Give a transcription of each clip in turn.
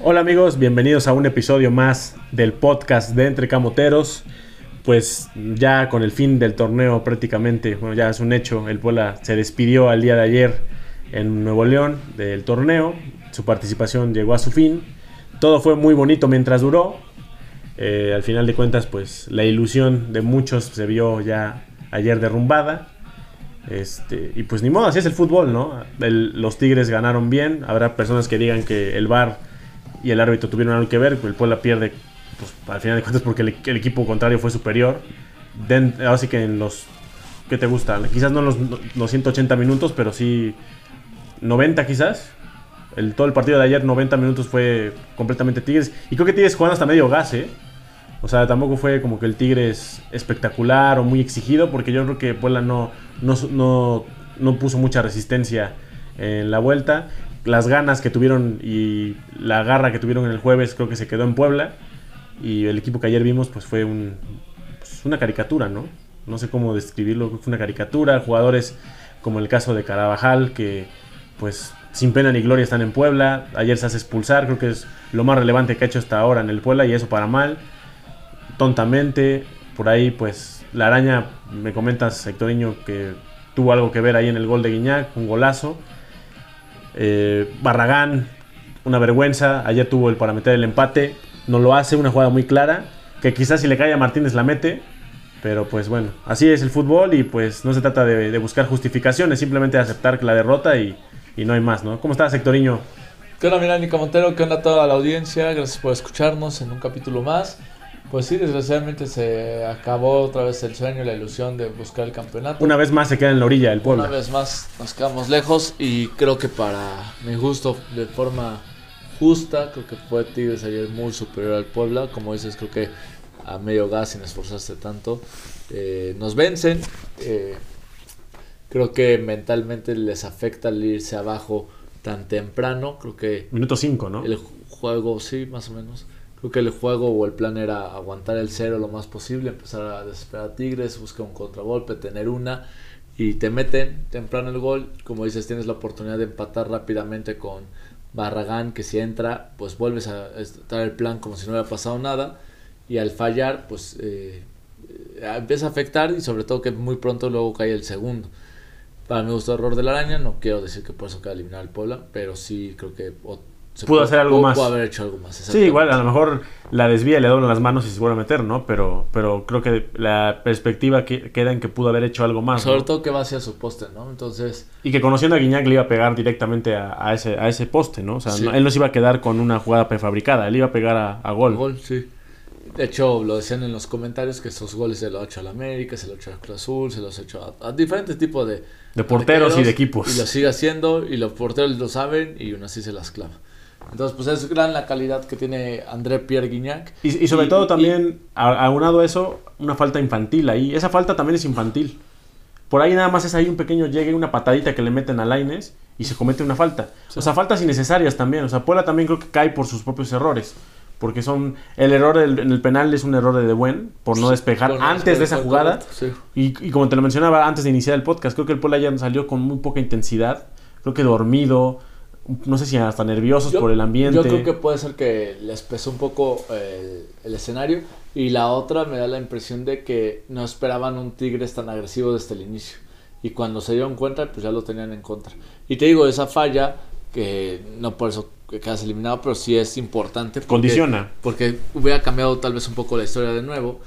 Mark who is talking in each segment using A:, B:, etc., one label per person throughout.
A: Hola amigos, bienvenidos a un episodio más del podcast de Entre Camoteros. Pues ya con el fin del torneo prácticamente, bueno ya es un hecho, el Puebla se despidió al día de ayer en Nuevo León del torneo, su participación llegó a su fin, todo fue muy bonito mientras duró, Eh, al final de cuentas pues la ilusión de muchos se vio ya ayer derrumbada, este, y pues ni modo, así es el fútbol, ¿no? El- los Tigres ganaron bien. Habrá personas que digan que el VAR y el árbitro tuvieron algo que ver. El Puebla pierde, pues al final de cuentas, porque el, el equipo contrario fue superior. Den- ahora sí que en los. ¿Qué te gusta? Quizás no en los, los 180 minutos, pero sí 90 quizás. El, todo el partido de ayer, 90 minutos, fue completamente Tigres. Y creo que Tigres jugando hasta medio gas, ¿eh? O sea, tampoco fue como que el Tigres espectacular o muy exigido, porque yo creo que Puebla no, no, no, no puso mucha resistencia en la vuelta. Las ganas que tuvieron y la garra que tuvieron en el jueves creo que se quedó en Puebla. Y el equipo que ayer vimos pues fue un, pues, una caricatura, ¿no? No sé cómo describirlo, fue una caricatura. Jugadores como el caso de Carabajal que pues sin pena ni gloria están en Puebla. Ayer se hace expulsar, creo que es lo más relevante que ha hecho hasta ahora en el Puebla y eso para mal tontamente. Por ahí, pues, la araña, me comentas, Hectorinho, que tuvo algo que ver ahí en el gol de Guiñac, un golazo. Eh, Barragán, una vergüenza. Ayer tuvo el para meter el empate. No lo hace, una jugada muy clara. Que quizás si le cae a Martínez la mete. Pero pues bueno, así es el fútbol y pues no se trata de, de buscar justificaciones, simplemente aceptar la derrota y, y no hay más, ¿no? ¿Cómo estás, Hectorinho?
B: ¿Qué onda, Mirani Montero? ¿Qué onda toda la audiencia? Gracias por escucharnos en un capítulo más. Pues sí, desgraciadamente se acabó otra vez el sueño y la ilusión de buscar el campeonato.
A: Una vez más se queda en la orilla del pueblo.
B: Una vez más nos quedamos lejos y creo que para mi gusto, de forma justa, creo que fue Tigres ayer muy superior al Puebla. Como dices, creo que a medio gas sin esforzarse tanto. eh, nos vencen. eh, creo que mentalmente les afecta el irse abajo tan temprano. Creo que
A: Minuto 5, ¿no?
B: el ju- juego, sí, más o menos. Creo que el juego o el plan era aguantar el cero lo más posible, empezar a desesperar a Tigres, buscar un contragolpe, tener una y te meten temprano el gol. Como dices, tienes la oportunidad de empatar rápidamente con Barragán, que si entra, pues vuelves a estar el plan como si no hubiera pasado nada. Y al fallar, pues eh, eh, empieza a afectar y sobre todo que muy pronto luego cae el segundo. Para mi gusto, error de la araña. No quiero decir que por eso queda eliminado el Puebla, pero sí creo que o- se
A: Pudo hacer algo más.
B: Pudo haber hecho algo más.
A: Sí, igual a lo mejor la desvía, le doblan las manos y se vuelve a meter, ¿no? Pero, pero creo que la perspectiva que, queda en que pudo haber hecho algo más. ¿no?
B: Sobre todo que va hacia su poste, ¿no? Entonces,
A: Y que conociendo a Guiñac le iba a pegar directamente a, a ese, a ese poste, ¿no? O sea,
B: Sí.
A: no- él no se iba a quedar con una jugada prefabricada, él iba a pegar a, a gol.
B: gol, sí. De hecho, lo decían en los comentarios que esos goles se los ha hecho al América, se los ha hecho al Cruz Azul, se los ha hecho a, a diferentes tipos de,
A: De porteros y de equipos.
B: Y lo sigue haciendo, y los porteros lo saben, y aún así se las clava. Entonces, pues es gran la calidad que tiene André Pierre Guignac.
A: Y, y sobre
B: Y-
A: todo
B: y-
A: también, a- aunado a eso, una falta infantil ahí. Esa falta también es infantil. Por ahí nada más es ahí un pequeño llegue, una patadita que le meten a Laines y se comete una falta. O sea, faltas innecesarias también. O sea, Puebla también creo que cae por sus propios errores. Porque son. El error del- en el penal es un error de De Buen por no despejar
B: Bueno,
A: antes de
B: fue-
A: esa
B: fue
A: jugada.
B: correcto, sí.
A: Y, y como te lo mencionaba antes de iniciar el podcast, creo que el Puebla ya salió con muy poca intensidad. Creo que dormido. No sé si hasta nerviosos
B: Yo-
A: pues, por el ambiente.
B: Yo creo que puede ser que les pesó un poco eh, el, el escenario. Y la otra me da la impresión de que no esperaban un Tigres tan agresivo desde el inicio. Y cuando se dieron cuenta, pues ya lo tenían en contra. Y te digo, esa falla, que no por eso que quedas eliminado, pero sí es importante. porque-
A: Condiciona.
B: Porque hubiera cambiado tal vez un poco la historia de nuevo.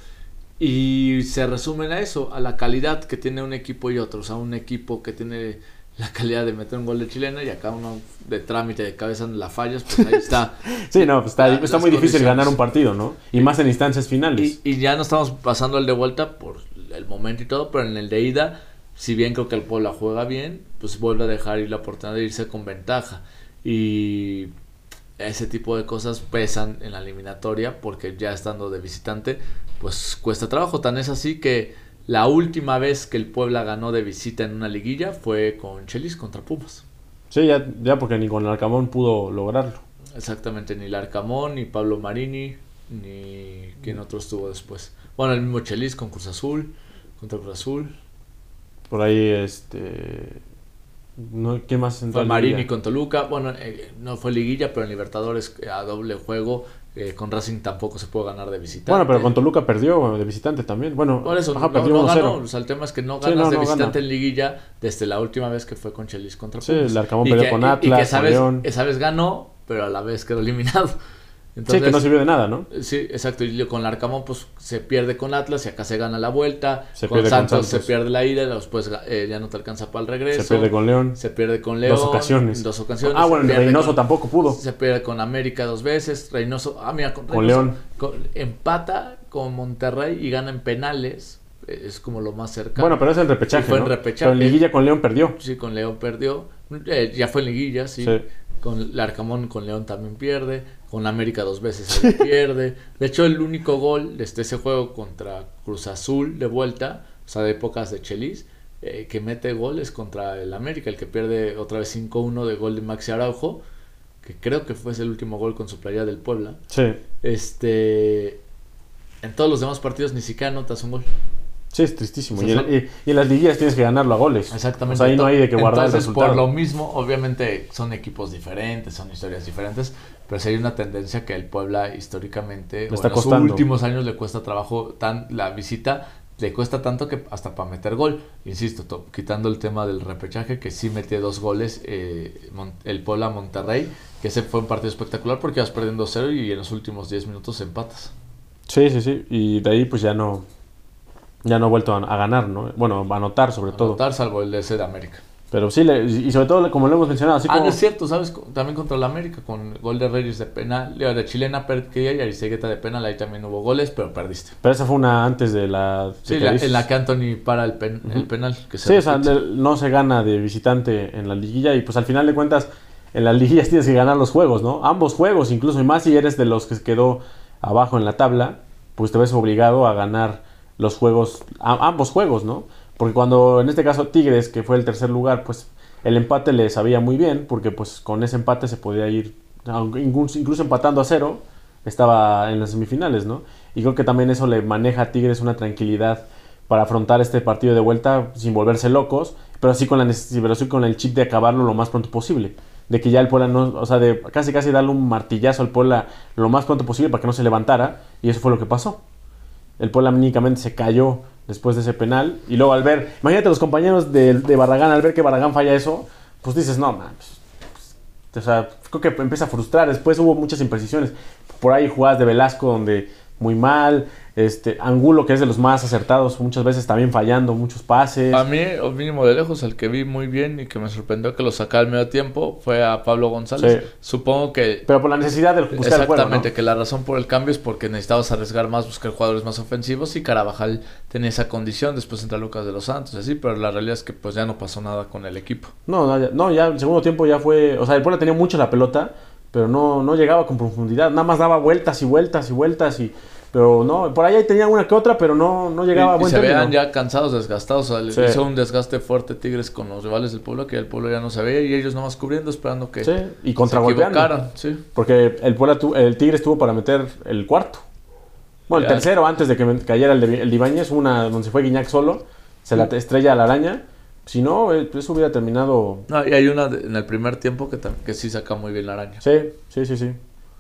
B: Y se resumen a eso, a la calidad que tiene un equipo y otro. O sea, un equipo que tiene la calidad de meter un gol de chilena y acá uno de trámite de cabeza en la fallas, pues ahí está.
A: Sí, no, pues está,
B: La-
A: está
B: las
A: muy difícil
B: condiciones.
A: ganar un partido, ¿no? Y más en instancias
B: y,
A: finales.
B: y ya no estamos pasando el de vuelta por el momento y todo, pero en el de ida, si bien creo que el Puebla juega bien, pues vuelve a dejar ir la oportunidad de irse con ventaja. Y ese tipo de cosas pesan en la eliminatoria porque ya estando de visitante, pues cuesta trabajo. Tan es así que la última vez que el Puebla ganó de visita en una liguilla fue con Chelis contra Pumas.
A: Sí, ya, ya porque ni con el Arcamón pudo lograrlo.
B: Exactamente, ni Larcamón, ni Pablo Marini, ni quien otro estuvo después. Bueno, el mismo Chelis con Cruz Azul, contra Cruz Azul.
A: Por ahí, este. No, ¿Quién más entró
B: Fue
A: a
B: Marini
A: liguilla?
B: con Toluca, bueno, eh, no fue liguilla, pero en Libertadores eh, a doble juego, eh, con Racing tampoco se puede ganar de visitante.
A: Bueno, pero con Toluca perdió bueno, de visitante también. Bueno,
B: Por eso,
A: ajá,
B: no,
A: perdió
B: no ganó.
A: 1-0.
B: O sea, el tema es que no
A: Sí,
B: ganas
A: no,
B: de
A: no
B: visitante
A: gana.
B: en liguilla desde la última vez que fue con Chelis contra
A: Sí,
B: Pumas.
A: el Arcamón
B: Y
A: peleó
B: que-
A: con
B: y- Y que
A: Atlas,
B: sabes,
A: Torreón.
B: sabes ganó, pero a la vez quedó eliminado.
A: sí, que no sirvió de nada, ¿no?
B: Sí, exacto. Y con el Arcamón, pues se pierde con Atlas y acá se gana la vuelta.
A: Se
B: con,
A: pierde con
B: Santos,
A: Santos.
B: se pierde la ida, después eh, ya no te alcanza para el regreso.
A: Se pierde con León.
B: Se pierde con León.
A: dos ocasiones.
B: Dos ocasiones.
A: Ah,
B: Se
A: bueno,
B: pierde
A: Reynoso
B: con-
A: tampoco pudo.
B: Se pierde con América dos veces. Reynoso. Ah, mira, con,
A: Con
B: Reynoso-
A: León.
B: con- empata con Monterrey y gana en penales. Eh, Es como lo más cercano.
A: Bueno, pero es el repechaje.
B: Sí, fue en
A: ¿no? Pero
B: repechaje.
A: en Liguilla con León perdió.
B: Sí, con León perdió. Eh, ya fue en liguilla, sí.
A: Sí.
B: Con el Arcamón con León también pierde. Con América dos veces ahí pierde. De hecho, el único gol de este- ese juego contra Cruz Azul de vuelta, o sea, de épocas de Chelis, eh, que mete goles contra el América, el que pierde otra vez 5-1 de gol de Maxi Araujo, que creo que fue el último gol con su playa del Puebla.
A: Sí.
B: Este. En todos los demás partidos ni siquiera notas un gol.
A: Sí, es tristísimo.
B: O sea,
A: y, el- y- y en las liguillas tienes que ganarlo a goles.
B: Exactamente.
A: O sea, ahí no hay de que guardar el
B: Entonces,
A: resultado.
B: Por lo mismo, obviamente son equipos diferentes, son historias diferentes, pero sí hay una tendencia que el Puebla históricamente, o
A: está
B: en los
A: costando.
B: últimos años le cuesta trabajo tan la visita, le cuesta tanto que hasta para meter gol, insisto, to- quitando el tema del repechaje, que sí mete dos goles eh, Mon- el Puebla a Monterrey, que ese fue un partido espectacular porque vas perdiendo cero y en los últimos 10 minutos empatas.
A: Sí, sí, sí. Y de ahí pues ya no ya no ha vuelto a, a ganar, ¿no? Bueno, a anotar sobre todo.
B: Anotar, salvo el de ese de América.
A: Pero sí, le- y sobre todo como lo hemos mencionado, así
B: Ah,
A: como...
B: no es cierto, ¿sabes? Co- También contra el América, con gol de Reyes de penal, Leo de Chilena perdía y Aristegueta de penal, ahí también hubo goles, pero perdiste.
A: Pero esa fue una antes de la...
B: Sí,
A: de
B: la-
A: Cádiz.
B: en la que Anthony para el, pen- el penal. Que se
A: Sí, o sea,
B: repite.
A: de- no se gana de visitante en la liguilla y pues al final de cuentas en las liguillas tienes que ganar los juegos, ¿no? Ambos juegos incluso, y más si eres de los que se quedó abajo en la tabla, pues te ves obligado a ganar los juegos, a- ambos juegos, ¿no? Porque cuando en este caso Tigres, que fue el tercer lugar, pues el empate le sabía muy bien, porque pues con ese empate se podía ir, aunque incluso incluso empatando a cero, estaba en las semifinales, ¿no? Y creo que también eso le maneja a Tigres una tranquilidad para afrontar este partido de vuelta sin volverse locos, pero sí con la neces- pero sí con el chip de acabarlo lo más pronto posible. De que ya el Puebla no, o sea, de casi casi darle un martillazo al Puebla lo más pronto posible para que no se levantara, y eso fue lo que pasó. El Puebla únicamente se cayó después de ese penal, y luego al ver, imagínate los compañeros de, de Barragán, al ver que Barragán falla eso, pues dices, no, man, pues, o sea, creo que empieza a frustrar. Después hubo muchas imprecisiones. Por ahí jugadas de Velasco donde muy mal. Este, Angulo, que es de los más acertados, muchas veces también fallando muchos pases.
B: A mí, o mínimo de lejos, el que vi muy bien y que me sorprendió que lo sacara al medio tiempo fue a Pablo González.
A: Sí.
B: Supongo que
A: Pero por la necesidad de buscar el juego, ¿no?
B: Exactamente, que la razón por el cambio es porque necesitabas arriesgar más, buscar jugadores más ofensivos y Carabajal tenía esa condición, después entra Lucas de los Santos, y así, pero la realidad es que pues ya no pasó nada con el equipo.
A: No, no, ya, no, ya el segundo tiempo ya fue. O sea, el Puebla tenía mucho la pelota, pero no, no llegaba con profundidad. Nada más daba vueltas y vueltas y vueltas. y Pero no, por ahí ahí tenía una que otra, pero no, no llegaba a
B: Y- y
A: buen
B: se
A: término.
B: vean ya cansados, desgastados. o sea, le
A: Sí.
B: Hizo un desgaste fuerte Tigres con los rivales del pueblo que el pueblo ya no se veía y ellos nomás cubriendo, esperando que
A: Sí, y contragolpeando.
B: se equivocaran. Sí.
A: Porque el, Puebla tu- el Tigre estuvo para meter el cuarto. Bueno, el
B: Ya.
A: tercero antes de que me- cayera el de, el de Ibáñez, una donde se fue Guiñac solo, se
B: Mm.
A: la te- estrella a la araña. Si no, eh, eso hubiera terminado.
B: No, Ah, y hay una de- en el primer tiempo que, tam- que sí saca muy bien la araña.
A: Sí, sí, sí, sí.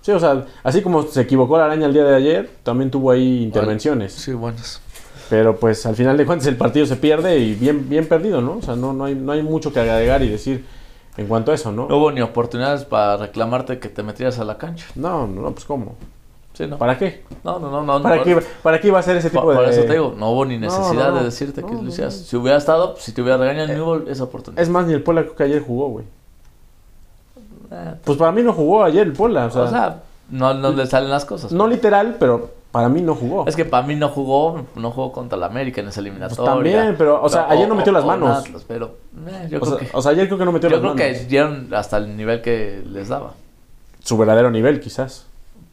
A: Sí, o sea, así como se equivocó la araña el día de ayer, también tuvo ahí intervenciones.
B: Sí, buenas.
A: Pero pues al final de cuentas el partido se pierde y bien, bien perdido, ¿no? O sea, no, no, hay, no hay mucho que agregar y decir en cuanto a eso,
B: No
A: ¿no?
B: hubo ni oportunidades para reclamarte que te metieras a la cancha.
A: No, no, pues cómo.
B: Sí, no.
A: ¿Para qué?
B: No, no, no, no.
A: ¿Para
B: no.
A: qué, iba- ¿para qué iba a ser ese
B: Pa-
A: tipo de.?
B: Por eso te digo, no hubo ni
A: No,
B: necesidad
A: no,
B: de decirte que
A: no,
B: lo
A: no,
B: hicieras.
A: no.
B: Si hubiera estado, si te hubiera regañado, no hubo esa oportunidad.
A: Es más, ni el Puebla creo que ayer jugó, güey.
B: Eh,
A: Pues para mí no jugó ayer el Puebla, o sea,
B: o sea, no, no le salen las cosas.
A: no literal, pero para mí no jugó.
B: Es que para mí no jugó, no jugó contra el América en esa eliminatoria.
A: Pues también, pero, o sea, ayer no metió las manos.
B: o Atlas, pero eh, yo
A: o, sea,
B: creo que,
A: o sea, ayer creo que no metió
B: yo
A: las
B: creo que
A: manos.
B: dieron hasta el nivel que les daba.
A: Su verdadero nivel, quizás.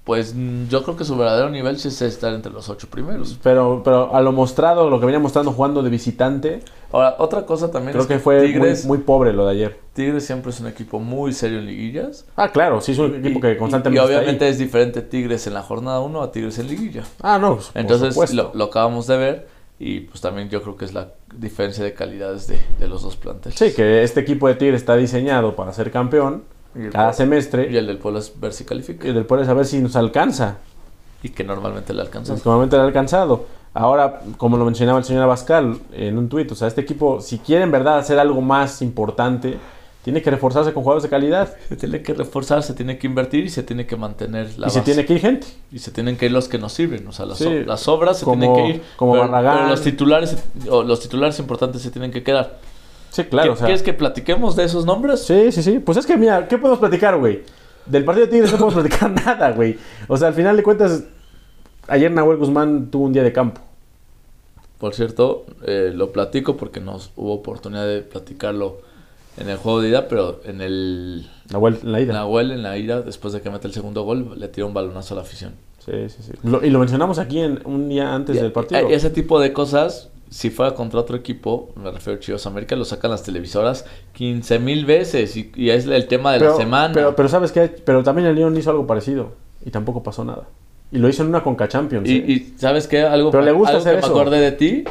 B: Pues mm, yo creo que su verdadero nivel sí es estar entre los ocho primeros.
A: Pero, pero a lo mostrado, lo que venía mostrando jugando de visitante,
B: Ahora, otra cosa también
A: creo
B: es
A: que fue muy-
B: Tigres,
A: muy, pobre lo de ayer.
B: Tigres siempre es un equipo muy serio en liguillas.
A: Ah, claro, sí, es un equipo
B: Y-
A: que
B: y-
A: constantemente.
B: y
A: está ahí.
B: obviamente es diferente Tigres en la jornada 1 a Tigres en liguilla.
A: Ah, no, pues, por
B: Entonces
A: supuesto.
B: lo, lo acabamos de ver Y pues también yo creo que es la diferencia de calidades de, de los dos planteles.
A: Sí, que este equipo de Tigres está diseñado para ser campeón
B: Y el
A: cada
B: Puebla-
A: semestre.
B: Y el del Puebla es ver si califica.
A: Y del Puebla es a ver si nos alcanza.
B: Y que normalmente le alcanza.
A: Entonces, normalmente lo ha alcanzado. Ahora, como lo mencionaba el señor Abascal en un tuit, o sea, este equipo, si quiere en verdad hacer algo más importante, tiene que reforzarse con jugadores de calidad.
B: Se tiene que reforzar, se tiene que invertir y se tiene que mantener la
A: y se
B: base.
A: tiene que ir gente.
B: Y se tienen que ir los que nos sirven. O sea, las,
A: Sí,
B: ob- las obras se
A: como-
B: tienen que ir.
A: como
B: pero,
A: Barragán.
B: pero los titulares o los titulares importantes se tienen que quedar.
A: Sí, claro.
B: ¿Qui-
A: o sea,
B: ¿Quieres que platiquemos de esos nombres?
A: Sí, sí, sí. Pues es que, mira, ¿qué podemos platicar, güey? Del partido de Tigres no podemos platicar nada, güey. O sea, al final de cuentas, ayer Nahuel Guzmán tuvo un día de campo.
B: Por cierto, eh, lo platico porque nos hubo oportunidad de platicarlo en el juego de ida, pero en el
A: Nahuel, en la ida.
B: Nahuel en la ida, después de que mete el segundo gol, le tira un balonazo a la afición.
A: Sí, sí, sí. Lo- y lo mencionamos aquí en, un día antes
B: Y-
A: del partido.
B: y eh, Ese tipo de cosas, si fuera contra otro equipo, me refiero a Chivas América, lo sacan las televisoras 15 mil veces y, y es el tema de
A: pero,
B: la semana.
A: Pero, pero ¿sabes qué? Pero también el León hizo algo parecido y tampoco pasó nada. Y lo hizo en una Conca Champions. ¿eh?
B: Y, y, ¿sabes qué? Algo,
A: Pero le gusta
B: algo
A: hacer
B: que
A: eso.
B: me acordé de ti,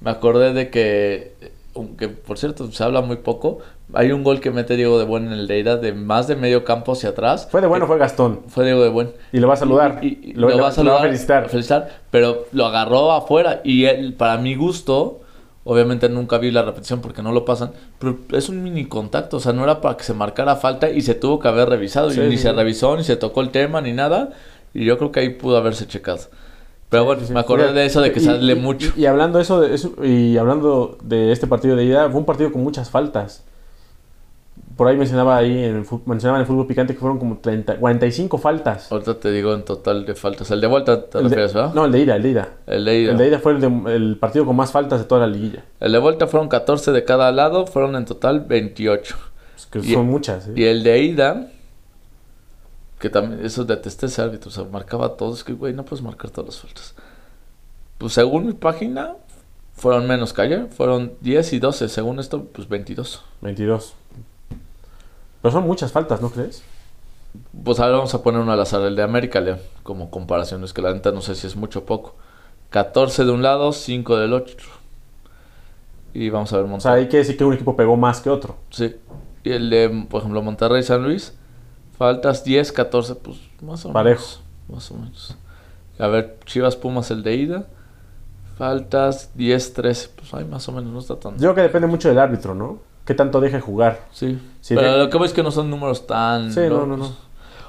B: me acordé de que, aunque por cierto se habla muy poco, hay un gol que mete Diego de Buen en el Deira de más de medio campo hacia atrás.
A: Fue de bueno, fue Gastón.
B: Fue Diego de Buen.
A: Y lo va a saludar.
B: Y- y- y
A: lo,
B: lo va a saludar.
A: felicitar.
B: Pero lo agarró afuera. Y él, para mi gusto, obviamente nunca vi la repetición porque no lo pasan. Pero es un mini contacto. O sea, no era para que se marcara falta y se tuvo que haber revisado.
A: Sí,
B: y ni
A: sí,
B: se
A: sí.
B: revisó, ni se tocó el tema, ni nada. Y yo creo que ahí pudo haberse checado. Pero bueno, me acordé
A: Oiga,
B: de eso de que
A: y-
B: sale
A: y-
B: mucho.
A: Y, hablando eso de eso, y hablando de este partido de ida, fue un partido con muchas faltas. Por ahí mencionaba ahí en el fu- mencionaba en el fútbol picante que fueron como 30, 45 faltas.
B: Ahorita te digo en total de faltas. El de vuelta te
A: El de-
B: refieres, ¿verdad?
A: No, el de ida, el de ida.
B: El de ida.
A: El de ida fue el, de- el partido con más faltas de toda la liguilla.
B: El de vuelta fueron 14 de cada lado. Fueron en total 28.
A: Pues que
B: Y-
A: son muchas. ¿eh?
B: Y el de ida, que también, eso detesté ese árbitro, o sea, marcaba todos, es que, güey, no puedes marcar todas las faltas. Pues según mi página, fueron menos que ayer, fueron 10 y 12, según esto, pues 22.
A: 22. Pero son muchas faltas, ¿no crees?
B: Pues ahora vamos a poner uno al azar, el de América León, como comparación, es que la neta no sé si es mucho o poco. 14 de un lado, 5 del otro. Y vamos a ver
A: O
B: Monterrey.
A: sea, hay que decir que un equipo pegó más que otro.
B: Sí. Y el de, por ejemplo, Monterrey San Luis, faltas 10, 14, pues más o
A: Parejo.
B: menos. Más o menos. A ver, Chivas Pumas el de ida. Faltas 10, 13, pues hay más o menos, no está tan.
A: Yo creo que depende mucho del árbitro, ¿no? ¿Qué tanto deje jugar?
B: Sí.
A: Sí,
B: Pero
A: de-
B: lo que veo es que no son números tan.
A: Sí, no,
B: locos.
A: no, no.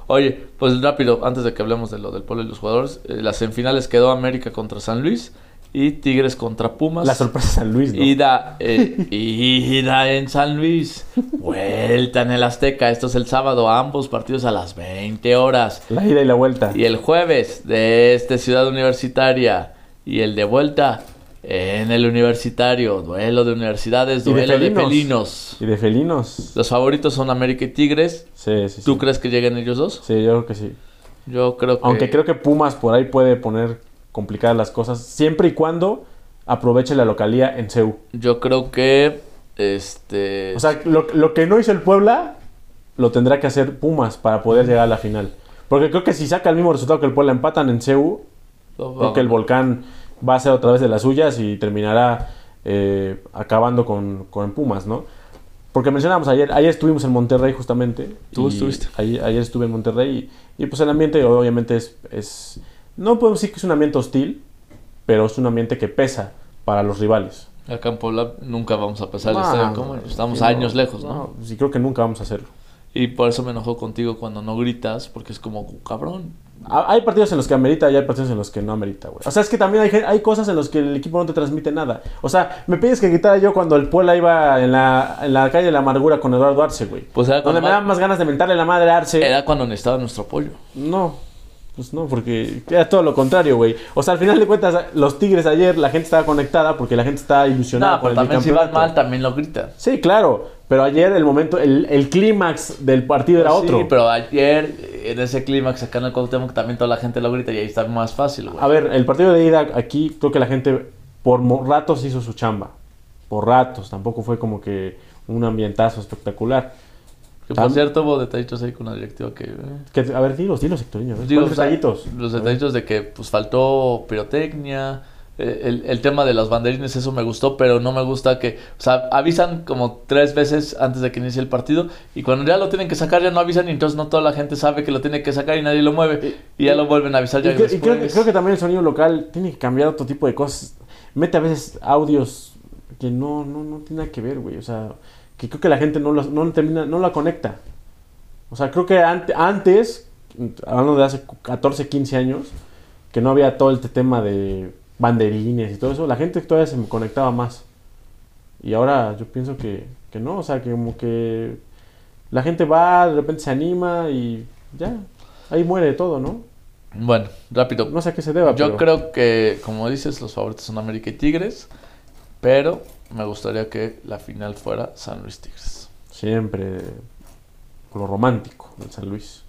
B: Oye, pues rápido, antes de que hablemos de lo del pueblo y los jugadores, eh, las semifinales quedó América contra San Luis y Tigres contra Pumas.
A: La sorpresa es San Luis, ¿no?
B: Ida, eh, ida en San Luis, vuelta en el Azteca. Esto es el sábado, ambos partidos a las 20 horas.
A: La ida y la vuelta.
B: Y el jueves de este Ciudad Universitaria y el de vuelta en el Universitario. Duelo de universidades,
A: Y de
B: duelo de
A: felinos.
B: felinos.
A: Y de felinos.
B: Los favoritos son América y Tigres.
A: Sí, sí, sí.
B: ¿Tú crees que lleguen ellos dos?
A: Sí, yo creo que sí.
B: Yo creo que.
A: Aunque creo que Pumas por ahí puede poner complicadas las cosas, siempre y cuando aproveche la localía en CEU.
B: Yo creo que. Este.
A: O sea, lo, lo que no hizo el Puebla, lo tendrá que hacer Pumas para poder llegar a la final. Porque creo que si saca el mismo resultado que el Puebla empatan en CEU,
B: lo-
A: creo que el Volcán va a ser otra vez de las suyas y terminará eh, acabando con, con Pumas, ¿no? Porque mencionábamos ayer, ayer estuvimos en Monterrey justamente.
B: Tú
A: y
B: estuviste.
A: Ayer, ayer estuve en Monterrey y, y, pues el ambiente obviamente es, es... No podemos decir que es un ambiente hostil, pero es un ambiente que pesa para los rivales.
B: Acá en Puebla nunca vamos a pasar el
A: No,
B: estadio
A: Ah, no,
B: Coman,
A: no,
B: Estamos
A: sí, no,
B: años lejos, ¿no?
A: Sí, creo que nunca vamos a hacerlo.
B: Y por eso me enojó contigo cuando no gritas, porque es como, cabrón.
A: Ha- Hay partidos en los que amerita y hay partidos en los que no amerita, güey. O sea, es que también hay, gen- hay cosas en los que el equipo no te transmite nada. O sea, me pides que gritara yo cuando el Puebla iba en la, en la calle de la amargura con Eduardo Arce, güey.
B: Pues era
A: Donde
B: cuando,
A: me daban más ganas de mentarle la madre a Arce.
B: era cuando necesitaba nuestro apoyo.
A: No, pues no, porque era todo lo contrario, güey. O sea, al final de cuentas, los Tigres ayer, la gente estaba conectada porque la gente estaba ilusionada
B: No, pero
A: el
B: también si van
A: bicampeonato.
B: mal, también lo gritas.
A: Sí, claro. Pero ayer el momento, el, el clímax del partido era
B: Pues
A: otro.
B: Sí, pero ayer, en ese clímax acá en el Cuauhtémoc, también toda la gente lo grita y ahí está más fácil, güey.
A: A ver, el partido de ida aquí creo que la gente por mo- ratos hizo su chamba. Por ratos, tampoco fue como que un ambientazo espectacular.
B: Que por
A: tam-
B: cierto hubo detallitos ahí con la directiva que... eh,
A: Que, a ver, dilos, dilos, Hectorinho. a ver,
B: digo,
A: ¿Cuáles
B: o sea,
A: detallitos?
B: Los detallitos de que pues faltó pirotecnia, el, el, tema de los banderines, eso me gustó, pero no me gusta que, o sea, avisan como tres veces antes de que inicie el partido y cuando ya lo tienen que sacar ya no avisan y entonces no toda la gente sabe que lo tiene que sacar y nadie lo mueve y, y ya lo vuelven a avisar.
A: Y,
B: ya
A: y creo, creo, que, creo, que, también el sonido local tiene que cambiar otro tipo de cosas. Mete a veces audios que no, no, no tiene nada que ver, güey, o sea, que creo que la gente no, lo, no, termina, no la conecta. O sea, creo que ante, antes, hablando de hace 14, 15 años, que no había todo este tema de banderines y todo eso, la gente todavía se me conectaba más. Y ahora yo pienso que, que, no, o sea, que como que la gente va, de repente se anima y ya, ahí muere todo, ¿no?
B: Bueno, rápido.
A: No sé a qué se deba.
B: Yo pero... creo que, como dices, los favoritos son América y Tigres, pero me gustaría que la final fuera San Luis Tigres.
A: Siempre lo romántico del San Luis.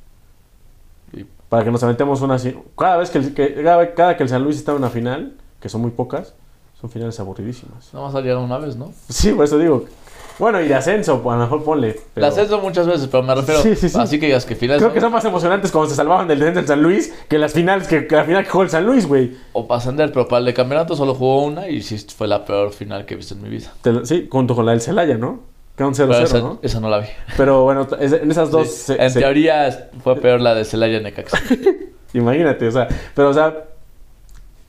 A: Y para que nos aventemos una así. Cada vez que el, que, cada, cada, que el San Luis está en una final, que son muy pocas, son finales aburridísimas.
B: Nada más salieron una vez, ¿no?
A: Sí, por eso digo. Bueno, y de ascenso, a lo mejor ponle.
B: Pero... De ascenso muchas veces, pero me refiero. Sí, sí, sí. Así que digas que finales.
A: Creo que son más emocionantes cuando se salvaban del descenso del San Luis que las finales que, que la final que jugó el San Luis, güey.
B: O para ascender, pero para el de campeonato solo jugó una y sí fue la peor final que he visto en mi vida.
A: Lo, sí, junto con la del Celaya, ¿no? Quedó un 0-0,
B: esa,
A: ¿no?
B: Esa no la vi.
A: Pero bueno, en esas dos...
B: Sí. Se, en se... teoría fue peor la de Celaya Necaxa.
A: Imagínate, o sea... Pero, o sea...